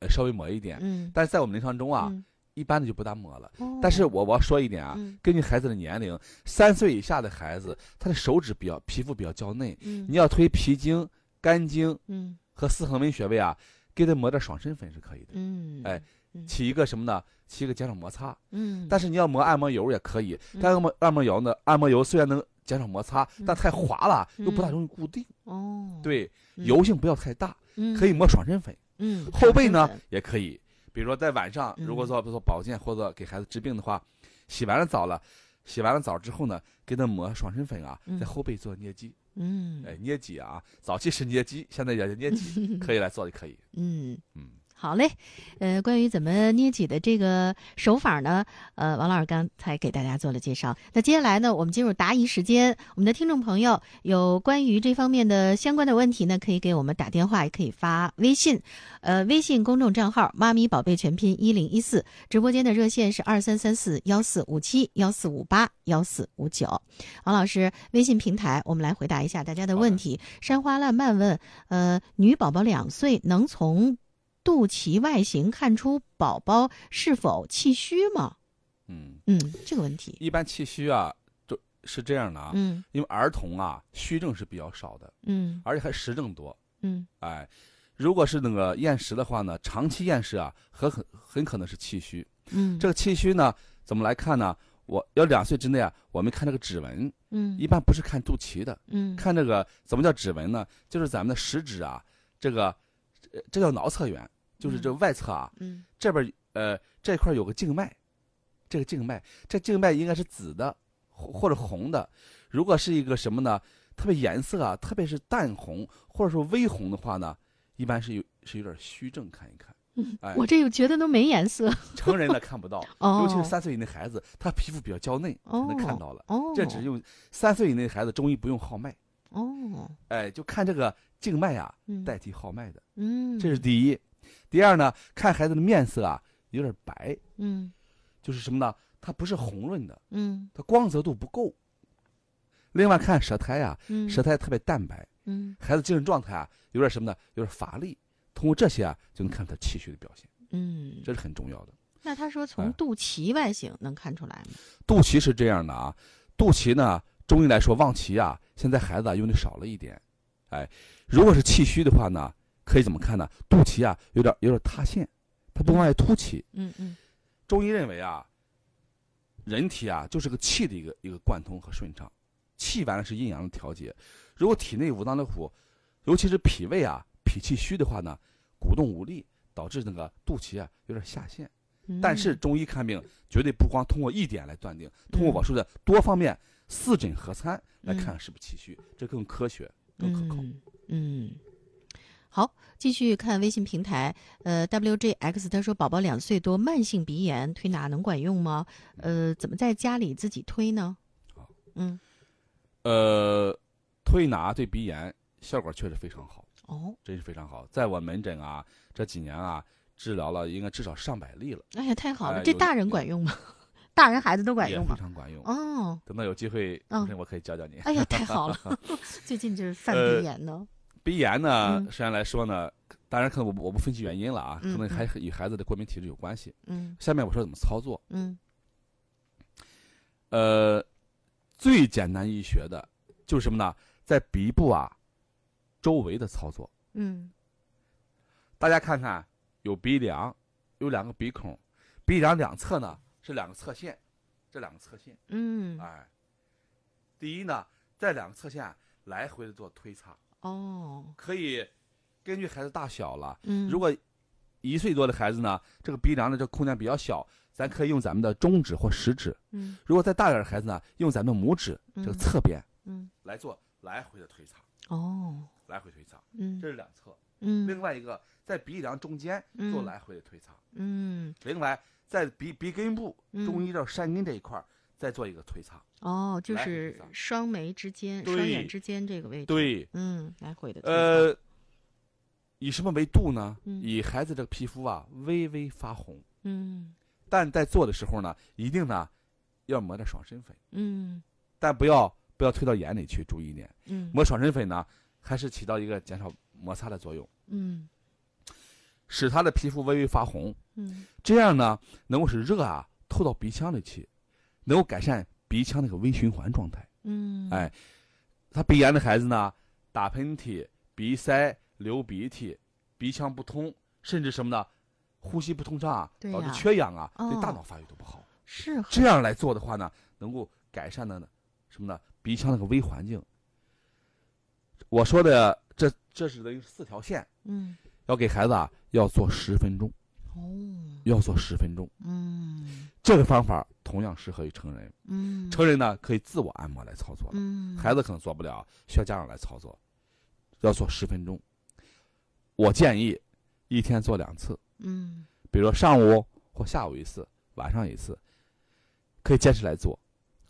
Speaker 2: 呃稍微抹一点，
Speaker 1: 嗯
Speaker 2: 但是在我们临床中啊，
Speaker 1: 嗯
Speaker 2: 一般的就不大抹了。
Speaker 1: 哦
Speaker 2: 但是我我要说一点啊，
Speaker 1: 嗯
Speaker 2: 根据孩子的年龄，三岁以下的孩子，他的手指比较皮肤比较娇嫩，
Speaker 1: 嗯
Speaker 2: 你要推脾经、肝经
Speaker 1: 嗯
Speaker 2: 和四横纹穴位啊，给他抹点爽身粉是可以的，
Speaker 1: 嗯，
Speaker 2: 哎
Speaker 1: 嗯
Speaker 2: 起一个什么呢？起一个减少摩擦。
Speaker 1: 嗯，
Speaker 2: 但是你要抹按摩油也可以，
Speaker 1: 嗯
Speaker 2: 但按摩按摩油呢，按摩油虽然能减少摩擦，但太滑了又不大
Speaker 1: 嗯
Speaker 2: 容易固定。
Speaker 1: 哦，
Speaker 2: 对，
Speaker 1: 嗯
Speaker 2: 油性不要太大，
Speaker 1: 嗯，
Speaker 2: 可以抹爽身粉。
Speaker 1: 嗯，
Speaker 2: 后背
Speaker 1: 长
Speaker 2: 呢
Speaker 1: 生粉
Speaker 2: 也可以，比如说在晚上，
Speaker 1: 嗯
Speaker 2: 如果做做保健或者给孩子治病的话，洗完了澡了，洗完了澡之后呢，给他抹爽身粉啊
Speaker 1: 嗯，
Speaker 2: 在后背做捏肌，
Speaker 1: 嗯，
Speaker 2: 哎，捏脊啊，早期是捏肌，现在也是捏 脊，可以来做就可以，
Speaker 1: 嗯，
Speaker 2: 嗯。
Speaker 1: 好嘞，呃，关于怎么捏脊的这个手法呢，呃，王老师刚才给大家做了介绍。那接下来呢，我们进入答疑时间。我们的听众朋友有关于这方面的相关的问题呢，可以给我们打电话，也可以发微信。呃，微信公众账号“妈咪宝贝全拼一零一四”，直播间的热线是二三三四幺四五七幺四五八幺四五九。王老师，微信平台，我们来回答一下大家的
Speaker 2: 好的
Speaker 1: 问题。山花烂漫问：呃，女宝宝两岁能从肚脐外形看出宝宝是否气虚吗？
Speaker 2: 嗯，
Speaker 1: 嗯，这个问题，
Speaker 2: 一般气虚啊，就是这样的啊，
Speaker 1: 嗯
Speaker 2: 因为儿童啊虚症是比较少的，
Speaker 1: 嗯
Speaker 2: 而且还实症多，
Speaker 1: 嗯
Speaker 2: 哎，如果是那个厌食的话呢，长期厌食啊，很很很可能是气虚。
Speaker 1: 嗯，
Speaker 2: 这个气虚呢，怎么来看呢？我要两岁之内啊，我们看这个指纹，
Speaker 1: 嗯
Speaker 2: 一般不是看肚脐的，
Speaker 1: 嗯
Speaker 2: 看这个怎么叫指纹呢？就是咱们的食指啊，这个呃这叫挠侧缘，就是这外侧啊，
Speaker 1: 嗯
Speaker 2: 这边呃这块有个静脉，这个静脉，这静脉应该是紫的或或者红的。如果是一个什么呢？特别颜色啊，特别是淡红或者说微红的话呢，一般是有是有点虚症，看一看。哎，
Speaker 1: 嗯我这个觉得都没颜色
Speaker 2: 成人呢看不到，
Speaker 1: 哦，
Speaker 2: 尤其是三岁以内孩子，他皮肤比较娇嫩，才
Speaker 1: 哦
Speaker 2: 能看到了。
Speaker 1: 哦，
Speaker 2: 这只用三岁以内的孩子，中医不用号脉，
Speaker 1: 哦，
Speaker 2: 哎，就看这个静脉啊，
Speaker 1: 嗯
Speaker 2: 代替号脉的，
Speaker 1: 嗯，
Speaker 2: 这是第一。第二呢，看孩子的面色啊，有点白，
Speaker 1: 嗯
Speaker 2: 就是什么呢？它不是红润的，
Speaker 1: 嗯
Speaker 2: 它光泽度不够。另外看舌苔啊，
Speaker 1: 嗯
Speaker 2: 舌苔特别淡白，
Speaker 1: 嗯
Speaker 2: 孩子精神状态啊，有点什么呢？有点乏力。通过这些啊，就能看出他气虚的表现，
Speaker 1: 嗯，
Speaker 2: 这是哎很重要的。
Speaker 1: 那他说从肚脐外形能看出来吗？
Speaker 2: 肚脐是这样的啊，肚脐呢，中医来说望脐啊，现在孩子啊用的少了一点，哎，如果是气虚的话呢，可以怎么看呢？肚脐啊有点有点塌陷，它不往外凸起。
Speaker 1: 嗯嗯
Speaker 2: 中医认为啊，人体啊就是个气的一个一个贯通和顺畅，气完了是阴阳的调节。如果体内五脏六腑，尤其是脾胃啊脾气虚的话呢，鼓动无力，导致那个肚脐啊有点下陷。
Speaker 1: 嗯，
Speaker 2: 但是中医看病绝对不光通过一点来断定，通过
Speaker 1: 嗯
Speaker 2: 我说的多方面四诊合参来看看是不是气虚，这更科学、更可靠。
Speaker 1: 嗯。嗯好，继续看微信平台，呃，WJX 他说宝宝两岁多，慢性鼻炎推拿能管用吗？呃，怎么在家里自己推呢
Speaker 2: 好？
Speaker 1: 嗯，
Speaker 2: 呃，推拿对鼻炎效果确实非常好，
Speaker 1: 哦，
Speaker 2: 真是非常好。在我门诊啊，这几年啊，治疗了应该至少上百例了，
Speaker 1: 哎呀，太好了，
Speaker 2: 哎
Speaker 1: 这
Speaker 2: 有的
Speaker 1: 大人管用吗？ 大人孩子都管
Speaker 2: 也
Speaker 1: 用
Speaker 2: 非
Speaker 1: 吗？
Speaker 2: 常管用。
Speaker 1: 哦，
Speaker 2: 等到有机会，
Speaker 1: 嗯
Speaker 2: 主持人我可以教教你。
Speaker 1: 哎呀，太好 了，最近就是犯
Speaker 2: 呃
Speaker 1: 鼻炎呢。
Speaker 2: 鼻炎呢，
Speaker 1: 嗯
Speaker 2: 实际上来说呢，当然可能我不我不分析原因了啊，可
Speaker 1: 嗯
Speaker 2: 能
Speaker 1: 嗯
Speaker 2: 还与孩子的过敏体质有关系。
Speaker 1: 嗯
Speaker 2: 下面我说怎么操作。
Speaker 1: 嗯
Speaker 2: 呃，最简单易学的就是什么呢？在鼻部啊周围的操作，
Speaker 1: 嗯
Speaker 2: 大家看看，有鼻梁，有两个鼻孔，鼻梁两侧呢是两个侧线，这两个侧线，
Speaker 1: 嗯，
Speaker 2: 哎，第一呢，在两个侧线来回的做推擦，
Speaker 1: 哦，
Speaker 2: 可以根据孩子大小了，
Speaker 1: 嗯，
Speaker 2: 如果一岁多的孩子呢，这个鼻梁呢这空间比较小，咱可以用咱们的中指或食指。
Speaker 1: 嗯
Speaker 2: 如果再大点的孩子呢，用咱们的拇指这个
Speaker 1: 嗯
Speaker 2: 侧边
Speaker 1: 嗯，
Speaker 2: 来做来回的推擦，
Speaker 1: 哦，
Speaker 2: 来回推擦，
Speaker 1: 嗯
Speaker 2: 这是两侧。
Speaker 1: 嗯
Speaker 2: 另外一个在鼻梁中间
Speaker 1: 嗯
Speaker 2: 做来回的推擦，
Speaker 1: 嗯，
Speaker 2: 另外在鼻鼻根部
Speaker 1: 嗯
Speaker 2: 中医叫山根这一块儿再做一个推擦。
Speaker 1: 哦，就
Speaker 2: 来回
Speaker 1: 是
Speaker 2: 推搡
Speaker 1: 双眉之间、
Speaker 2: 对
Speaker 1: 双眼之间这个位置，，
Speaker 2: 对，
Speaker 1: 嗯，来回的推搡，
Speaker 2: 呃，以什么为度呢？
Speaker 1: 嗯
Speaker 2: 以孩子这个皮肤啊微微发红，
Speaker 1: 嗯
Speaker 2: 但在做的时候呢，一定呢要抹点爽身粉，
Speaker 1: 嗯
Speaker 2: 但不要不要推到眼里去，注意一点。
Speaker 1: 嗯
Speaker 2: 抹爽身粉呢，还是起到一个减少摩擦的作用，
Speaker 1: 嗯
Speaker 2: 使他的皮肤微微发红，
Speaker 1: 嗯
Speaker 2: 这样呢能够使热啊透到鼻腔里去，能够改善鼻腔那个微循环状态。
Speaker 1: 嗯，
Speaker 2: 哎，他鼻炎的孩子呢，打喷嚏、鼻塞、流鼻涕、鼻腔不通，甚至什么呢，呼吸不通畅啊，
Speaker 1: 对
Speaker 2: 导致
Speaker 1: 呀
Speaker 2: 缺氧啊，
Speaker 1: 哦
Speaker 2: 对大脑发育都不好。
Speaker 1: 是
Speaker 2: 这样来做的话呢，能够改善的呢，什么呢，鼻腔那个微环境。我说的这这是等于四条线，
Speaker 1: 嗯
Speaker 2: 要给孩子啊要做十分钟，
Speaker 1: 哦
Speaker 2: 要做十分钟。
Speaker 1: 嗯
Speaker 2: 这个方法同样适合于成人，
Speaker 1: 嗯
Speaker 2: 成人呢可以自我按摩来操作。
Speaker 1: 嗯
Speaker 2: 孩子可能做不了，需要家长来操作，要做十分钟。我建议一天做两次，
Speaker 1: 嗯
Speaker 2: 比如说上午或下午一次，晚上一次，可以坚持来做。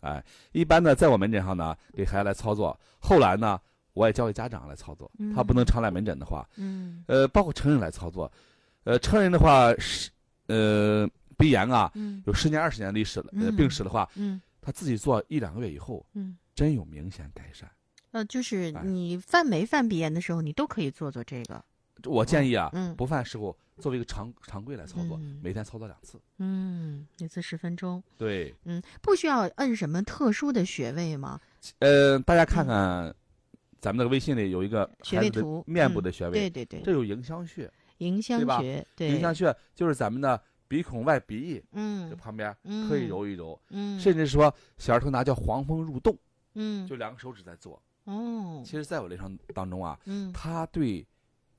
Speaker 2: 哎，一般呢，在我门诊上呢，给孩子来操作。后来呢，我也教给家长来操作
Speaker 1: 嗯，
Speaker 2: 他不能常来门诊的话，
Speaker 1: 嗯
Speaker 2: 呃，包括成人来操作，呃，成人的话是呃鼻炎啊，
Speaker 1: 嗯
Speaker 2: 有十年二十年历史了，呃
Speaker 1: 嗯
Speaker 2: 病史的话，
Speaker 1: 嗯
Speaker 2: 他自己做一两个月以后，
Speaker 1: 嗯。
Speaker 2: 真有明显改善。
Speaker 1: 呃，就是
Speaker 2: 哎
Speaker 1: 你犯没犯鼻炎的时候，你都可以做做这个。
Speaker 2: 我建议啊，
Speaker 1: 嗯
Speaker 2: 不犯事故作为一个常常规来操作，
Speaker 1: 嗯
Speaker 2: 每天操作两次。
Speaker 1: 嗯，一次十分钟。
Speaker 2: 对，
Speaker 1: 嗯，不需要摁什么特殊的穴位吗？
Speaker 2: 呃，大家看看，咱们那个微信里有一个
Speaker 1: 穴嗯
Speaker 2: 孩
Speaker 1: 位
Speaker 2: 子的
Speaker 1: 图
Speaker 2: 面部
Speaker 1: 嗯
Speaker 2: 的穴
Speaker 1: 对
Speaker 2: 位，
Speaker 1: 对对，
Speaker 2: 这有迎香穴，
Speaker 1: 迎香
Speaker 2: 对吧
Speaker 1: 穴，对，
Speaker 2: 迎香穴就是咱们的鼻孔外鼻翼这
Speaker 1: 嗯
Speaker 2: 旁边
Speaker 1: 嗯
Speaker 2: 可以揉一揉，
Speaker 1: 嗯，
Speaker 2: 甚至说小儿推拿叫黄风入洞，
Speaker 1: 嗯
Speaker 2: 就两个手指在做。
Speaker 1: 哦
Speaker 2: 其实，在我临床当中啊，
Speaker 1: 嗯
Speaker 2: 它对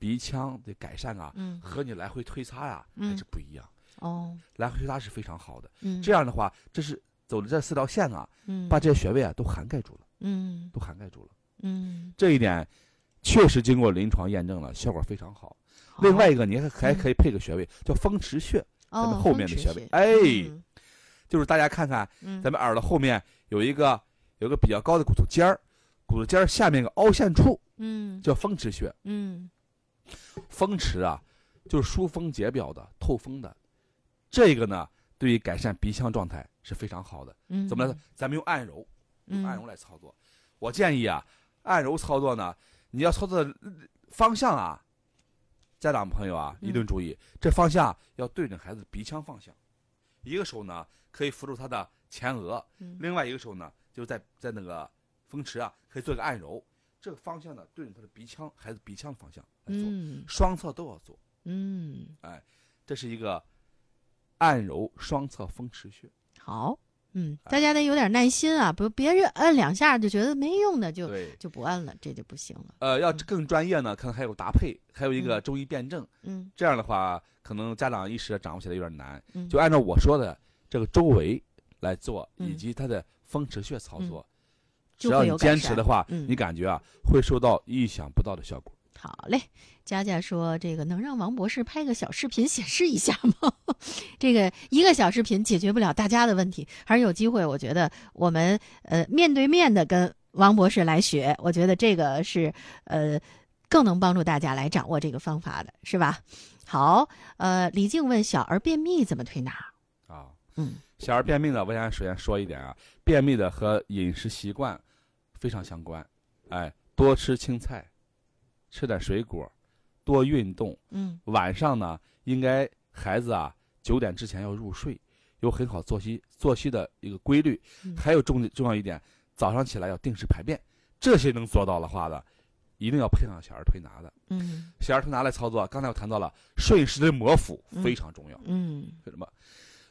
Speaker 2: 鼻腔的改善啊，
Speaker 1: 嗯
Speaker 2: 和你来回推擦呀、
Speaker 1: 嗯
Speaker 2: 还是不一样，
Speaker 1: 哦
Speaker 2: 来回推擦是非常好的。
Speaker 1: 嗯
Speaker 2: 这样的话，这是走的这四条线啊，
Speaker 1: 嗯
Speaker 2: 把这些穴位啊都涵盖住了，
Speaker 1: 嗯
Speaker 2: 都涵盖住了。
Speaker 1: 嗯
Speaker 2: 这一点确实经过临床验证了，效果非常好。
Speaker 1: 好
Speaker 2: 另外一个，你还还
Speaker 1: 嗯
Speaker 2: 可以配个穴位，叫风池穴，咱
Speaker 1: 哦
Speaker 2: 们后面的
Speaker 1: 风池
Speaker 2: 穴位
Speaker 1: 穴。
Speaker 2: 哎，
Speaker 1: 嗯
Speaker 2: 就是大家看看，
Speaker 1: 嗯
Speaker 2: 咱们耳朵后面有一个有一个比较高的骨头尖儿，骨头尖儿下面一个凹陷处
Speaker 1: 嗯
Speaker 2: 叫风池穴。
Speaker 1: 嗯
Speaker 2: 风池啊，就是疏风解表的、透风的。这个呢，对于改善鼻腔状态是非常好的。
Speaker 1: 嗯
Speaker 2: 怎么来？咱们用按揉，
Speaker 1: 嗯
Speaker 2: 按揉来操作。我建议啊，按揉操作呢，你要操作的呃方向啊，家长朋友啊，
Speaker 1: 嗯
Speaker 2: 一定注意，这方向要对准孩子鼻腔方向。一个手呢可以扶住他的前额，
Speaker 1: 嗯
Speaker 2: 另外一个手呢就在在那个风池啊，可以做一个按揉。这个方向呢对准他的鼻腔，孩子鼻腔的方向来做，
Speaker 1: 嗯
Speaker 2: 双侧都要做。
Speaker 1: 嗯
Speaker 2: 这是一个按揉双侧风池穴。
Speaker 1: 好。嗯，大
Speaker 2: 哎
Speaker 1: 家得有点耐心啊，不别人摁两下就觉得没用的就
Speaker 2: 对，
Speaker 1: 就不摁了，这就不行了。
Speaker 2: 呃，要更专业呢，可能还有搭配，还有一个
Speaker 1: 嗯
Speaker 2: 中医辩证。
Speaker 1: 嗯
Speaker 2: 这样的话，可能家长一时掌握起来有点难。
Speaker 1: 嗯，
Speaker 2: 就按照我说的这个周围来做，
Speaker 1: 嗯
Speaker 2: 以及它的风池穴操作，只
Speaker 1: 就
Speaker 2: 要
Speaker 1: 会
Speaker 2: 你
Speaker 1: 有改
Speaker 2: 坚
Speaker 1: 善
Speaker 2: 持的话，
Speaker 1: 嗯
Speaker 2: 你感觉啊会收到意想不到的效果。
Speaker 1: 好嘞，佳佳说：“这个能让王博士拍个小视频显示一下吗？ 这个一个小视频解决不了大家的问题，还是有机会。我觉得我们呃面对面的跟王博士来学，我觉得这个是呃更能帮助大家来掌握这个方法的，是吧？好，呃，李静问小儿便秘怎么推拿？
Speaker 2: 啊，
Speaker 1: 嗯，
Speaker 2: 小儿便秘呢，我想首先说一点啊，便秘的和饮食习惯非常相关，哎，多吃青菜，吃点水果，多运动。
Speaker 1: 嗯
Speaker 2: 晚上呢，应该孩子啊九点之前要入睡，有很好作息作息的一个规律
Speaker 1: 嗯。
Speaker 2: 还有重重要一点，早上起来要定时排便，这些能做到的话呢，一定要配上小儿推拿的。
Speaker 1: 嗯
Speaker 2: 小儿推拿来操作，刚才我谈到了顺时针摩腹
Speaker 1: 嗯
Speaker 2: 非常重要。
Speaker 1: 嗯
Speaker 2: 为什么？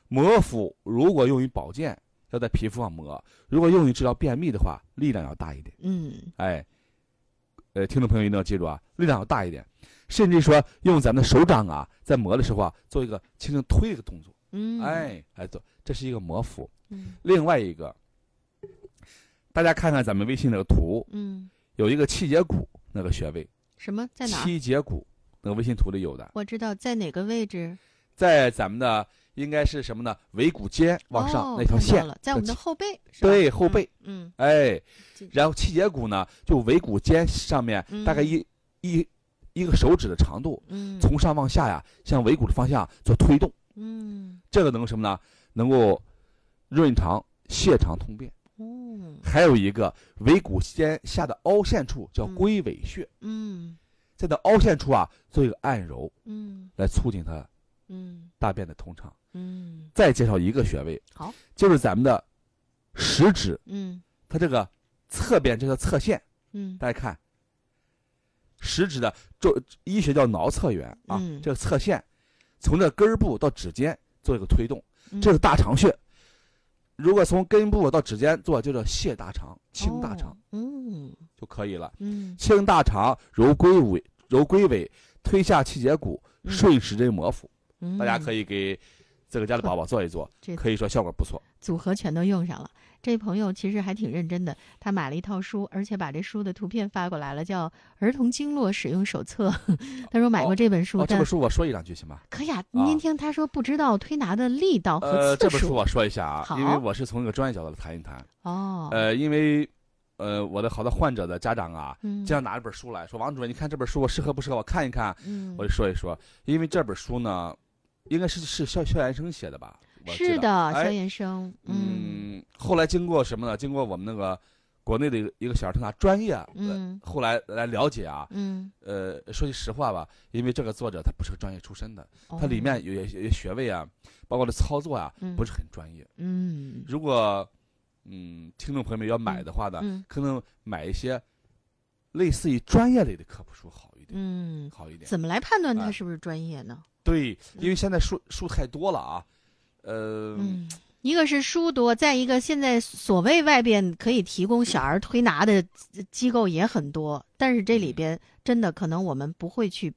Speaker 2: 摩腹如果用于保健，要在皮肤上磨；如果用于治疗便秘的话，力量要大一点。
Speaker 1: 嗯
Speaker 2: 哎，呃，听众朋友一定要记住啊，力量要大一点，甚至说用咱们的手掌啊，在磨的时候啊，做一个轻轻推一个动作，
Speaker 1: 嗯，，
Speaker 2: 哎，来做，这是一个摩腹。
Speaker 1: 嗯
Speaker 2: 另外一个，大家看看咱们微信那个图，
Speaker 1: 嗯，
Speaker 2: 有一个气节骨那个穴位，
Speaker 1: 什么在哪儿？
Speaker 2: 七节骨那个微信图里有的，
Speaker 1: 我知道在哪个位置
Speaker 2: 在咱们的应该是什么呢？尾骨尖往上、
Speaker 1: 哦
Speaker 2: 那条
Speaker 1: 看到
Speaker 2: 线
Speaker 1: 了，在我们的后背，是吧
Speaker 2: 对后背，
Speaker 1: 嗯，
Speaker 2: 哎
Speaker 1: 记，
Speaker 2: 然后气节骨呢，就尾骨尖上面
Speaker 1: 嗯
Speaker 2: 大概一、一一个手指的长度，
Speaker 1: 嗯
Speaker 2: 从上往下呀，向尾骨的方向做推动，
Speaker 1: 嗯
Speaker 2: 这个能够什么呢？能够润肠泻肠通便。
Speaker 1: 嗯
Speaker 2: 还有一个尾骨尖下的凹陷处叫
Speaker 1: 嗯
Speaker 2: 龟尾穴，
Speaker 1: 嗯
Speaker 2: 在它凹陷处啊做一个按揉，
Speaker 1: 嗯
Speaker 2: 来促进它
Speaker 1: 嗯
Speaker 2: 大便的通畅。
Speaker 1: 嗯
Speaker 2: 再介绍一个穴位，
Speaker 1: 好，
Speaker 2: 就是咱们的食指，
Speaker 1: 嗯
Speaker 2: 它这个侧边这条侧线，
Speaker 1: 嗯
Speaker 2: 大家看，食指的周医学叫桡侧缘啊，
Speaker 1: 嗯
Speaker 2: 这个侧线从这根儿部到指尖做一个推动，
Speaker 1: 嗯
Speaker 2: 这是大肠穴。如果从根部到指尖做，就叫泻大肠、清大肠、
Speaker 1: 哦嗯
Speaker 2: 就可以了。
Speaker 1: 嗯
Speaker 2: 清大肠揉龟尾，揉龟尾，推下气节骨，
Speaker 1: 嗯
Speaker 2: 顺时针摩腹。
Speaker 1: 嗯，
Speaker 2: 大家可
Speaker 1: 以
Speaker 2: 以给自个家的宝宝做一做
Speaker 1: 这，
Speaker 2: 可以说效果不错。
Speaker 1: 组合全都用上了。这朋友其实还挺认真的，他买了一套书，而且把这书的图片发过来了，叫《儿童经络使用手册》。 他说买过这本书，
Speaker 2: 哦，这
Speaker 1: 但
Speaker 2: 本书我说一两句行吗？
Speaker 1: 可呀，
Speaker 2: 啊
Speaker 1: 您听他说不知道推拿的力道和
Speaker 2: 呃，这
Speaker 1: 次
Speaker 2: 本书
Speaker 1: 数、
Speaker 2: 我说一下啊
Speaker 1: 好，
Speaker 2: 因为我是从一个专业角度来谈一谈。
Speaker 1: 哦，
Speaker 2: 呃，因为呃，我的好多患者的家长啊，
Speaker 1: 嗯，
Speaker 2: 经常拿着本书来说：“王主任，你看这本书我适合不适合？我看一看。”
Speaker 1: 嗯
Speaker 2: 我就说一说，因为这本书呢，应该是是萧萧炎生写的吧？我记
Speaker 1: 是
Speaker 2: 得
Speaker 1: 的，
Speaker 2: 哎
Speaker 1: 萧炎生，嗯
Speaker 2: 嗯，后来经过什么呢？经过我们那个国内的一个一个小儿推拿专业，呃，
Speaker 1: 嗯
Speaker 2: 后来来了解啊，
Speaker 1: 嗯，
Speaker 2: 呃，说句实话吧，因为这个作者他不是个专业出身的，
Speaker 1: 哦
Speaker 2: 它里面有些有些穴位啊，包括的操作啊，
Speaker 1: 嗯
Speaker 2: 不是很专业。
Speaker 1: 嗯
Speaker 2: 如果嗯，听众朋友们要买的话呢，
Speaker 1: 嗯
Speaker 2: 可能买一些类似于专业类的科普书好一点，
Speaker 1: 嗯，
Speaker 2: 好一点。
Speaker 1: 怎么来判断他
Speaker 2: 哎
Speaker 1: 是不是专业呢？
Speaker 2: 对，因为现在书书太多了啊，呃，
Speaker 1: 嗯，一个是书多，再一个现在所谓外边可以提供小儿推拿的机构也很多，但是这
Speaker 2: 嗯
Speaker 1: 里边真的可能我们不会去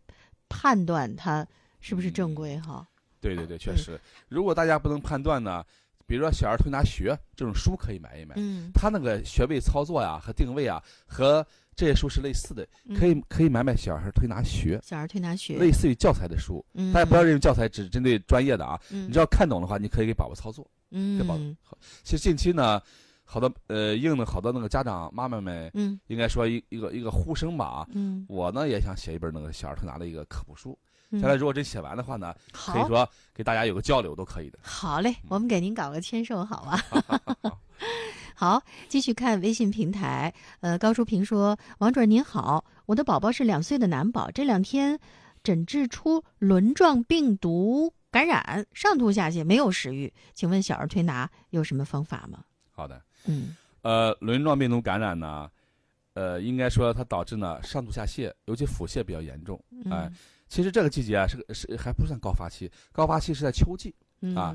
Speaker 1: 判断它是不是
Speaker 2: 嗯
Speaker 1: 正规哈。
Speaker 2: 对对对，确实，如果大家不能判断呢，比如说小儿推拿学这种书可以买一买，
Speaker 1: 嗯，
Speaker 2: 它那个穴位操作呀和定位啊和这些书是类似的，
Speaker 1: 嗯
Speaker 2: 可以可以买买小儿推拿学，
Speaker 1: 小儿推拿学，
Speaker 2: 类似于教材的书。
Speaker 1: 嗯
Speaker 2: 大家不要认为教材只针对专业的啊，
Speaker 1: 嗯
Speaker 2: 你只要看懂的话，你可以给宝宝操作。
Speaker 1: 嗯
Speaker 2: 给宝
Speaker 1: 嗯
Speaker 2: 其实近期呢，好多呃应的好多那个家长妈妈们，
Speaker 1: 嗯
Speaker 2: 应该说一一个一个呼声吧啊。
Speaker 1: 嗯，
Speaker 2: 我呢也想写一本那个小儿推拿的一个科普书，
Speaker 1: 嗯
Speaker 2: 将来如果真写完的话呢，可以
Speaker 1: 好
Speaker 2: 说给大家有个交流都可以的。
Speaker 1: 好嘞，
Speaker 2: 嗯
Speaker 1: 我们给您搞个签售，好吧？ 好，继续看微信平台。呃，高淑平说：“王主任您好，我的宝宝是两岁的男宝，这两天诊治出轮状病毒感染，上吐下泻，没有食欲。请问小儿推拿有什么方法吗
Speaker 2: 好的，？”
Speaker 1: 嗯
Speaker 2: 呃，轮状病毒感染呢，呃，应该说它导致呢上吐下泻，尤其腹泻比较严重。哎
Speaker 1: 嗯
Speaker 2: 其实这个季节啊是个是还不算高发期，高发期是在秋季。
Speaker 1: 嗯
Speaker 2: 啊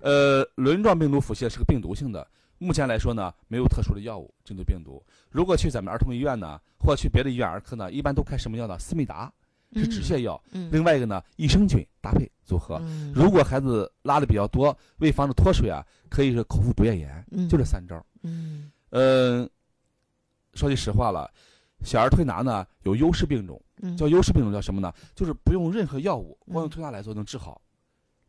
Speaker 2: 呃，轮状病毒腹泻是个病毒性的，目前来说呢，没有特殊的药物针对病毒。如果去咱们儿童医院呢，或者去别的医院儿科呢，一般都开什么药呢？思密达是止泻药，
Speaker 1: 嗯
Speaker 2: 另外一个呢，益生菌搭配组合。
Speaker 1: 嗯
Speaker 2: 如果孩子拉的比较多，为防止脱水啊，可以是口服不夜盐，
Speaker 1: 嗯
Speaker 2: 就这三招。
Speaker 1: 嗯
Speaker 2: 嗯，说句实话了，小儿推拿呢有优势病种，
Speaker 1: 嗯
Speaker 2: 叫优势病种叫什么呢？就是不用任何药物，
Speaker 1: 嗯
Speaker 2: 光用推拿来做能治好。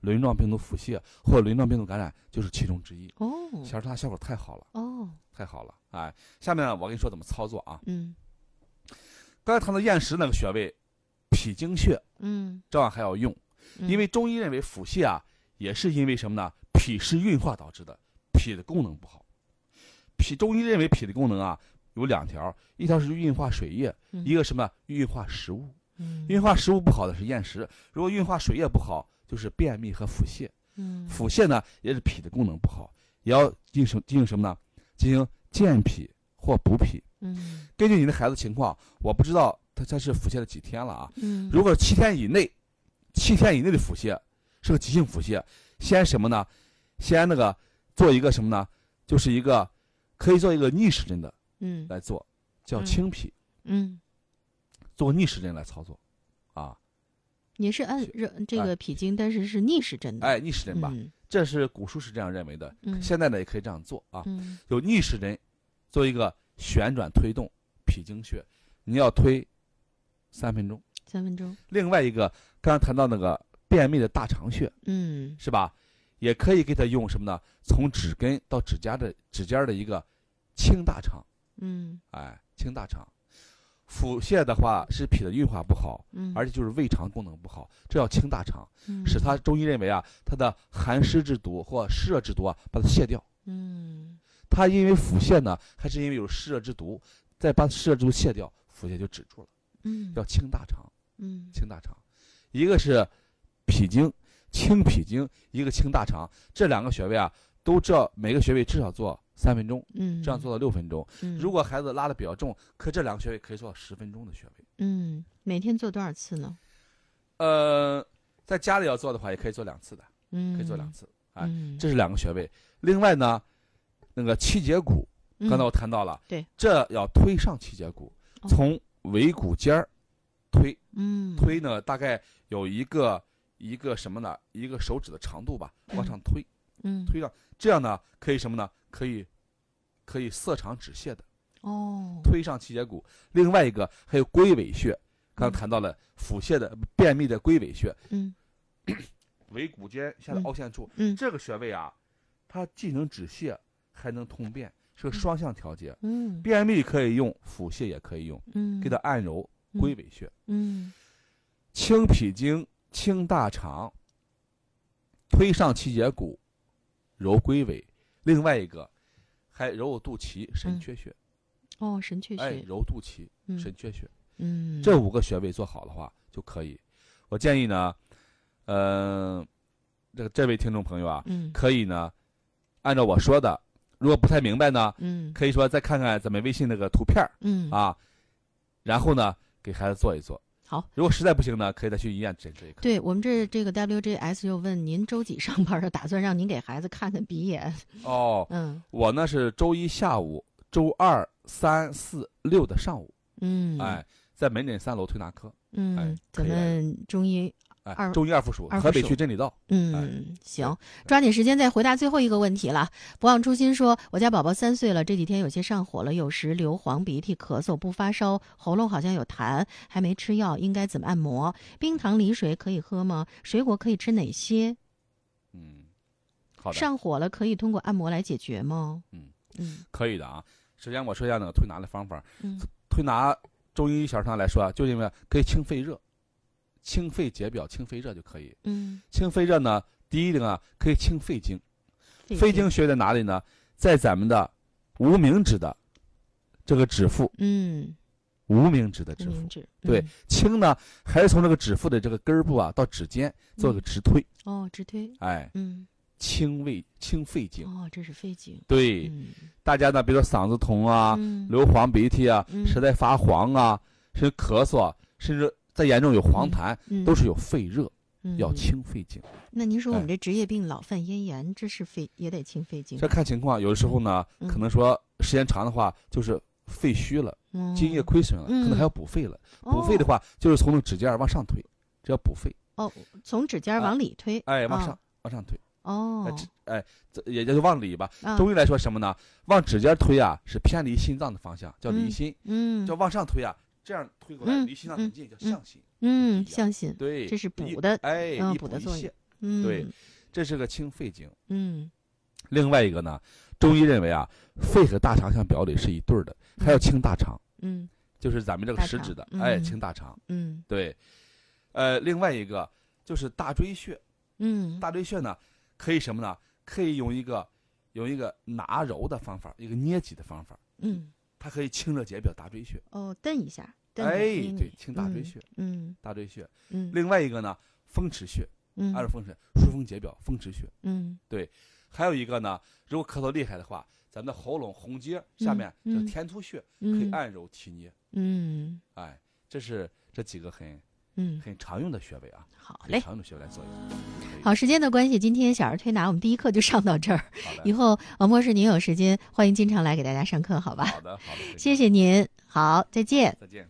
Speaker 2: 轮状病毒腹泻或者轮状病毒感染就是其中之一。
Speaker 1: 哦
Speaker 2: 小儿推拿效果太好了，
Speaker 1: 哦
Speaker 2: 太好了！哎，下面我跟你说怎么操作啊。
Speaker 1: 嗯
Speaker 2: 刚才谈到厌食那个穴位，脾经穴
Speaker 1: 嗯，
Speaker 2: 照样还要用，
Speaker 1: 嗯
Speaker 2: 因为中医认为腹泻啊，也是因为什么呢？脾湿运化导致的，脾的功能不好。脾中医认为脾的功能啊有两条，一条是运化水液，
Speaker 1: 嗯
Speaker 2: 一个什么呢运化食物。
Speaker 1: 嗯
Speaker 2: 运化食物不好的是厌食，如果运化水液不好，就是便秘和腹泻。
Speaker 1: 嗯
Speaker 2: 腹泻呢也是脾的功能不好，也要进行进行什么呢？进行健脾或补脾。
Speaker 1: 嗯
Speaker 2: 根据你的孩子情况，我不知道他他是腹泻了几天了啊。
Speaker 1: 嗯
Speaker 2: 如果七天以内，七天以内的腹泻是个急性腹泻，先什么呢？先那个做一个什么呢？就是一个可以做一个逆时针的
Speaker 1: 嗯
Speaker 2: 来做，叫
Speaker 1: 嗯
Speaker 2: 清脾。
Speaker 1: 嗯
Speaker 2: 做逆时针来操作，啊，
Speaker 1: 也是按热这个脾经，但是是逆时针的。
Speaker 2: 哎，逆时针吧，
Speaker 1: 嗯
Speaker 2: 这是古书是这样认为的，
Speaker 1: 嗯
Speaker 2: 现在呢也可以这样做啊，
Speaker 1: 嗯
Speaker 2: 有逆时针做一个旋转推动脾经穴，你要推三分钟。
Speaker 1: 三分钟。
Speaker 2: 另外一个，刚才谈到那个便秘的大肠穴
Speaker 1: 嗯
Speaker 2: 是吧？也可以给它用什么呢？从指根到指甲的指尖儿的一个清大肠，
Speaker 1: 嗯
Speaker 2: 哎，清大肠。腹泻的话是脾的运化不好，
Speaker 1: 嗯，
Speaker 2: 而且就是胃肠功能不好，这要清大肠，
Speaker 1: 嗯
Speaker 2: 使它中医认为啊，它的寒湿之毒或湿热之毒啊，把它泻掉。
Speaker 1: 嗯
Speaker 2: 它因为腹泻呢，还是因为有湿热之毒，再把湿热之毒泻掉，腹泻就止住了。
Speaker 1: 嗯
Speaker 2: 要清大肠，
Speaker 1: 嗯
Speaker 2: 清大肠，一个是脾经，清脾经，一个清大肠，这两个穴位啊，都这每个穴位至少做三分钟，
Speaker 1: 嗯
Speaker 2: 这样做到六分钟。
Speaker 1: 嗯
Speaker 2: 如果孩子拉的比较重，可这两个穴位可以做到十分钟的穴位。
Speaker 1: 嗯每天做多少次呢？
Speaker 2: 呃，在家里要做的话，也可以做两次的，
Speaker 1: 嗯，
Speaker 2: 可以做两次。哎
Speaker 1: 嗯，
Speaker 2: 这是两个穴位。另外呢，那个七节骨，
Speaker 1: 嗯
Speaker 2: 刚才我谈到了，
Speaker 1: 对，
Speaker 2: 这要推上七节骨，
Speaker 1: 哦
Speaker 2: 从尾骨尖儿推
Speaker 1: 嗯
Speaker 2: 推呢，大概有一个一个什么呢？一个手指的长度吧，往上推
Speaker 1: 嗯
Speaker 2: 推上，这样呢可以什么呢？可以可以色肠止泻的，
Speaker 1: 哦
Speaker 2: 推上七节骨。另外一个还有龟尾穴，刚
Speaker 1: 嗯
Speaker 2: 才谈到了腹泻的便秘的龟尾穴，
Speaker 1: 嗯
Speaker 2: 尾骨尖下的
Speaker 1: 嗯
Speaker 2: 凹陷处，
Speaker 1: 嗯
Speaker 2: 这个穴位啊，它既能止泻，还能通便，是个
Speaker 1: 嗯
Speaker 2: 双向调节。
Speaker 1: 嗯
Speaker 2: 便秘可以用，腹泻也可以用，
Speaker 1: 嗯
Speaker 2: 给它按揉龟尾穴、
Speaker 1: 嗯
Speaker 2: 清脾经、清大肠，推上七节骨，揉龟尾。另外一个，还揉揉肚脐神阙穴，
Speaker 1: 哦神阙
Speaker 2: 哎，
Speaker 1: 穴
Speaker 2: 揉肚脐
Speaker 1: 嗯
Speaker 2: 神阙穴，
Speaker 1: 嗯
Speaker 2: 这五个穴位做好的话就可以。我建议呢，呃，这个这位听众朋友啊，
Speaker 1: 嗯
Speaker 2: 可以呢，按照我说的，如果不太明白呢，
Speaker 1: 嗯
Speaker 2: 可以说再看看咱们微信那个图片儿
Speaker 1: 嗯
Speaker 2: 啊，然后呢给孩子做一做。
Speaker 1: 好，
Speaker 2: 如果实在不行呢，可以再去医院诊治一看。
Speaker 1: 对我们这这个 WJS 又问您周几上班儿，打算让您给孩子看看鼻炎。
Speaker 2: 哦，
Speaker 1: 嗯
Speaker 2: 我呢是周一下午、周二、三、四、六的上午，
Speaker 1: 嗯，
Speaker 2: 哎，在门诊三楼推拿科，
Speaker 1: 嗯
Speaker 2: 哎，
Speaker 1: 咱
Speaker 2: 可以
Speaker 1: 们中医
Speaker 2: 哎，
Speaker 1: 二
Speaker 2: 中医二附属，
Speaker 1: 二附
Speaker 2: 河北
Speaker 1: 属
Speaker 2: 区真理道。哎
Speaker 1: 嗯，行，抓紧时间再回答最后一个问题了。不忘初心说，我家宝宝三岁了，这几天有些上火了，有时流黄鼻涕、咳嗽不发烧，喉咙好像有痰，还没吃药，应该怎么按摩？冰糖梨水可以喝吗？水果可以吃哪些？
Speaker 2: 嗯，好的，
Speaker 1: 上火了可以通过按摩来解决吗？
Speaker 2: 嗯
Speaker 1: 嗯
Speaker 2: 可以的啊。首先我说一下那个推拿的方法，
Speaker 1: 嗯
Speaker 2: 推拿中医小儿推拿来说啊，就认为可以清肺热、清肺解表、清肺热就可以。
Speaker 1: 嗯，
Speaker 2: 清肺热呢，第一个呢可以清肺经，肺
Speaker 1: 肺
Speaker 2: 经穴在哪里呢？在咱们的无名指的这个指腹，
Speaker 1: 嗯，
Speaker 2: 无名指的指
Speaker 1: 无
Speaker 2: 腹
Speaker 1: 名。指
Speaker 2: 对
Speaker 1: 嗯，
Speaker 2: 清呢还是从这个指腹的这个根儿部啊到指尖做个直推，
Speaker 1: 哦，直推，
Speaker 2: 哎，
Speaker 1: 嗯，
Speaker 2: 清胃清肺经。
Speaker 1: 哦，这是肺经，
Speaker 2: 对，
Speaker 1: 嗯
Speaker 2: 大家呢，比如说嗓子疼啊、
Speaker 1: 嗯
Speaker 2: 流黄鼻涕啊、
Speaker 1: 嗯
Speaker 2: 舌苔发黄啊，甚至咳嗽啊，甚至再严重有黄痰，
Speaker 1: 嗯
Speaker 2: 都是有肺热，
Speaker 1: 嗯
Speaker 2: 要清肺经。
Speaker 1: 那您说我们
Speaker 2: 哎
Speaker 1: 这职业病老犯咽炎，这是肺也得清啊肺经
Speaker 2: 这，看情况，有的时候呢，
Speaker 1: 嗯
Speaker 2: 可能说时间长的话，就是肺虚了，
Speaker 1: 嗯
Speaker 2: 津液亏损了，
Speaker 1: 嗯
Speaker 2: 可能还要补肺了。补肺的话，就是从那指尖儿往上推，这叫补肺。
Speaker 1: 哦，哦从指尖儿往里推，
Speaker 2: 哎，往
Speaker 1: 啊
Speaker 2: 上、往上推，哎
Speaker 1: 哦，
Speaker 2: 这哎，这也就是往里吧。
Speaker 1: 啊
Speaker 2: 中医来说什么呢？往指尖推啊，是偏离心脏的方向，叫离
Speaker 1: 嗯
Speaker 2: 心；
Speaker 1: 嗯
Speaker 2: 叫往上推啊，这样推过来
Speaker 1: 嗯
Speaker 2: 离心脏很近，叫向心。
Speaker 1: 嗯，相信
Speaker 2: 啊对，
Speaker 1: 这是
Speaker 2: 一
Speaker 1: 补的
Speaker 2: 哎，
Speaker 1: 嗯
Speaker 2: 一
Speaker 1: 补
Speaker 2: 补
Speaker 1: 的
Speaker 2: 一
Speaker 1: 作用
Speaker 2: 泻，
Speaker 1: 嗯
Speaker 2: 对这是个清肺经。
Speaker 1: 嗯
Speaker 2: 另外一个呢，中医认为啊，肺和大肠像表里是一对儿的，还要
Speaker 1: 嗯
Speaker 2: 清大肠，
Speaker 1: 嗯
Speaker 2: 就是咱们这个
Speaker 1: 大
Speaker 2: 食
Speaker 1: 肠
Speaker 2: 指的，
Speaker 1: 嗯
Speaker 2: 哎，清大肠。
Speaker 1: 嗯
Speaker 2: 对，呃，另外一个就是大椎穴，
Speaker 1: 嗯
Speaker 2: 大椎穴呢，可以什么呢？可以用一个用一个拿揉的方法，一个捏挤的方法，
Speaker 1: 嗯
Speaker 2: 它可以清热解表大椎穴。
Speaker 1: 哦，蹬一下，蹬
Speaker 2: 哎
Speaker 1: 捏你
Speaker 2: 对清大椎
Speaker 1: 嗯
Speaker 2: 穴
Speaker 1: 嗯
Speaker 2: 大椎穴，
Speaker 1: 嗯，
Speaker 2: 另外一个呢，风池穴，
Speaker 1: 嗯
Speaker 2: 按照风池疏风解表，风池穴。
Speaker 1: 嗯
Speaker 2: 还有一个呢，如果咳嗽厉害的话，咱们的喉咙红结下面
Speaker 1: 嗯
Speaker 2: 这
Speaker 1: 嗯
Speaker 2: 个天突穴可以
Speaker 1: 嗯
Speaker 2: 按揉提捏，
Speaker 1: 嗯
Speaker 2: 哎，这是这几个很
Speaker 1: 嗯，
Speaker 2: 很常用的穴位啊，
Speaker 1: 好
Speaker 2: 很
Speaker 1: 嘞。
Speaker 2: 常用的穴位来做一做。
Speaker 1: 好，时间的关系，今天小儿推拿我们第一课就上到这儿。
Speaker 2: 好
Speaker 1: 以
Speaker 2: 的，
Speaker 1: 后王博士您有时间，欢迎经常来给大家上课，好吧？
Speaker 2: 好的，好的，
Speaker 1: 谢谢您，好，再见。
Speaker 2: 再见。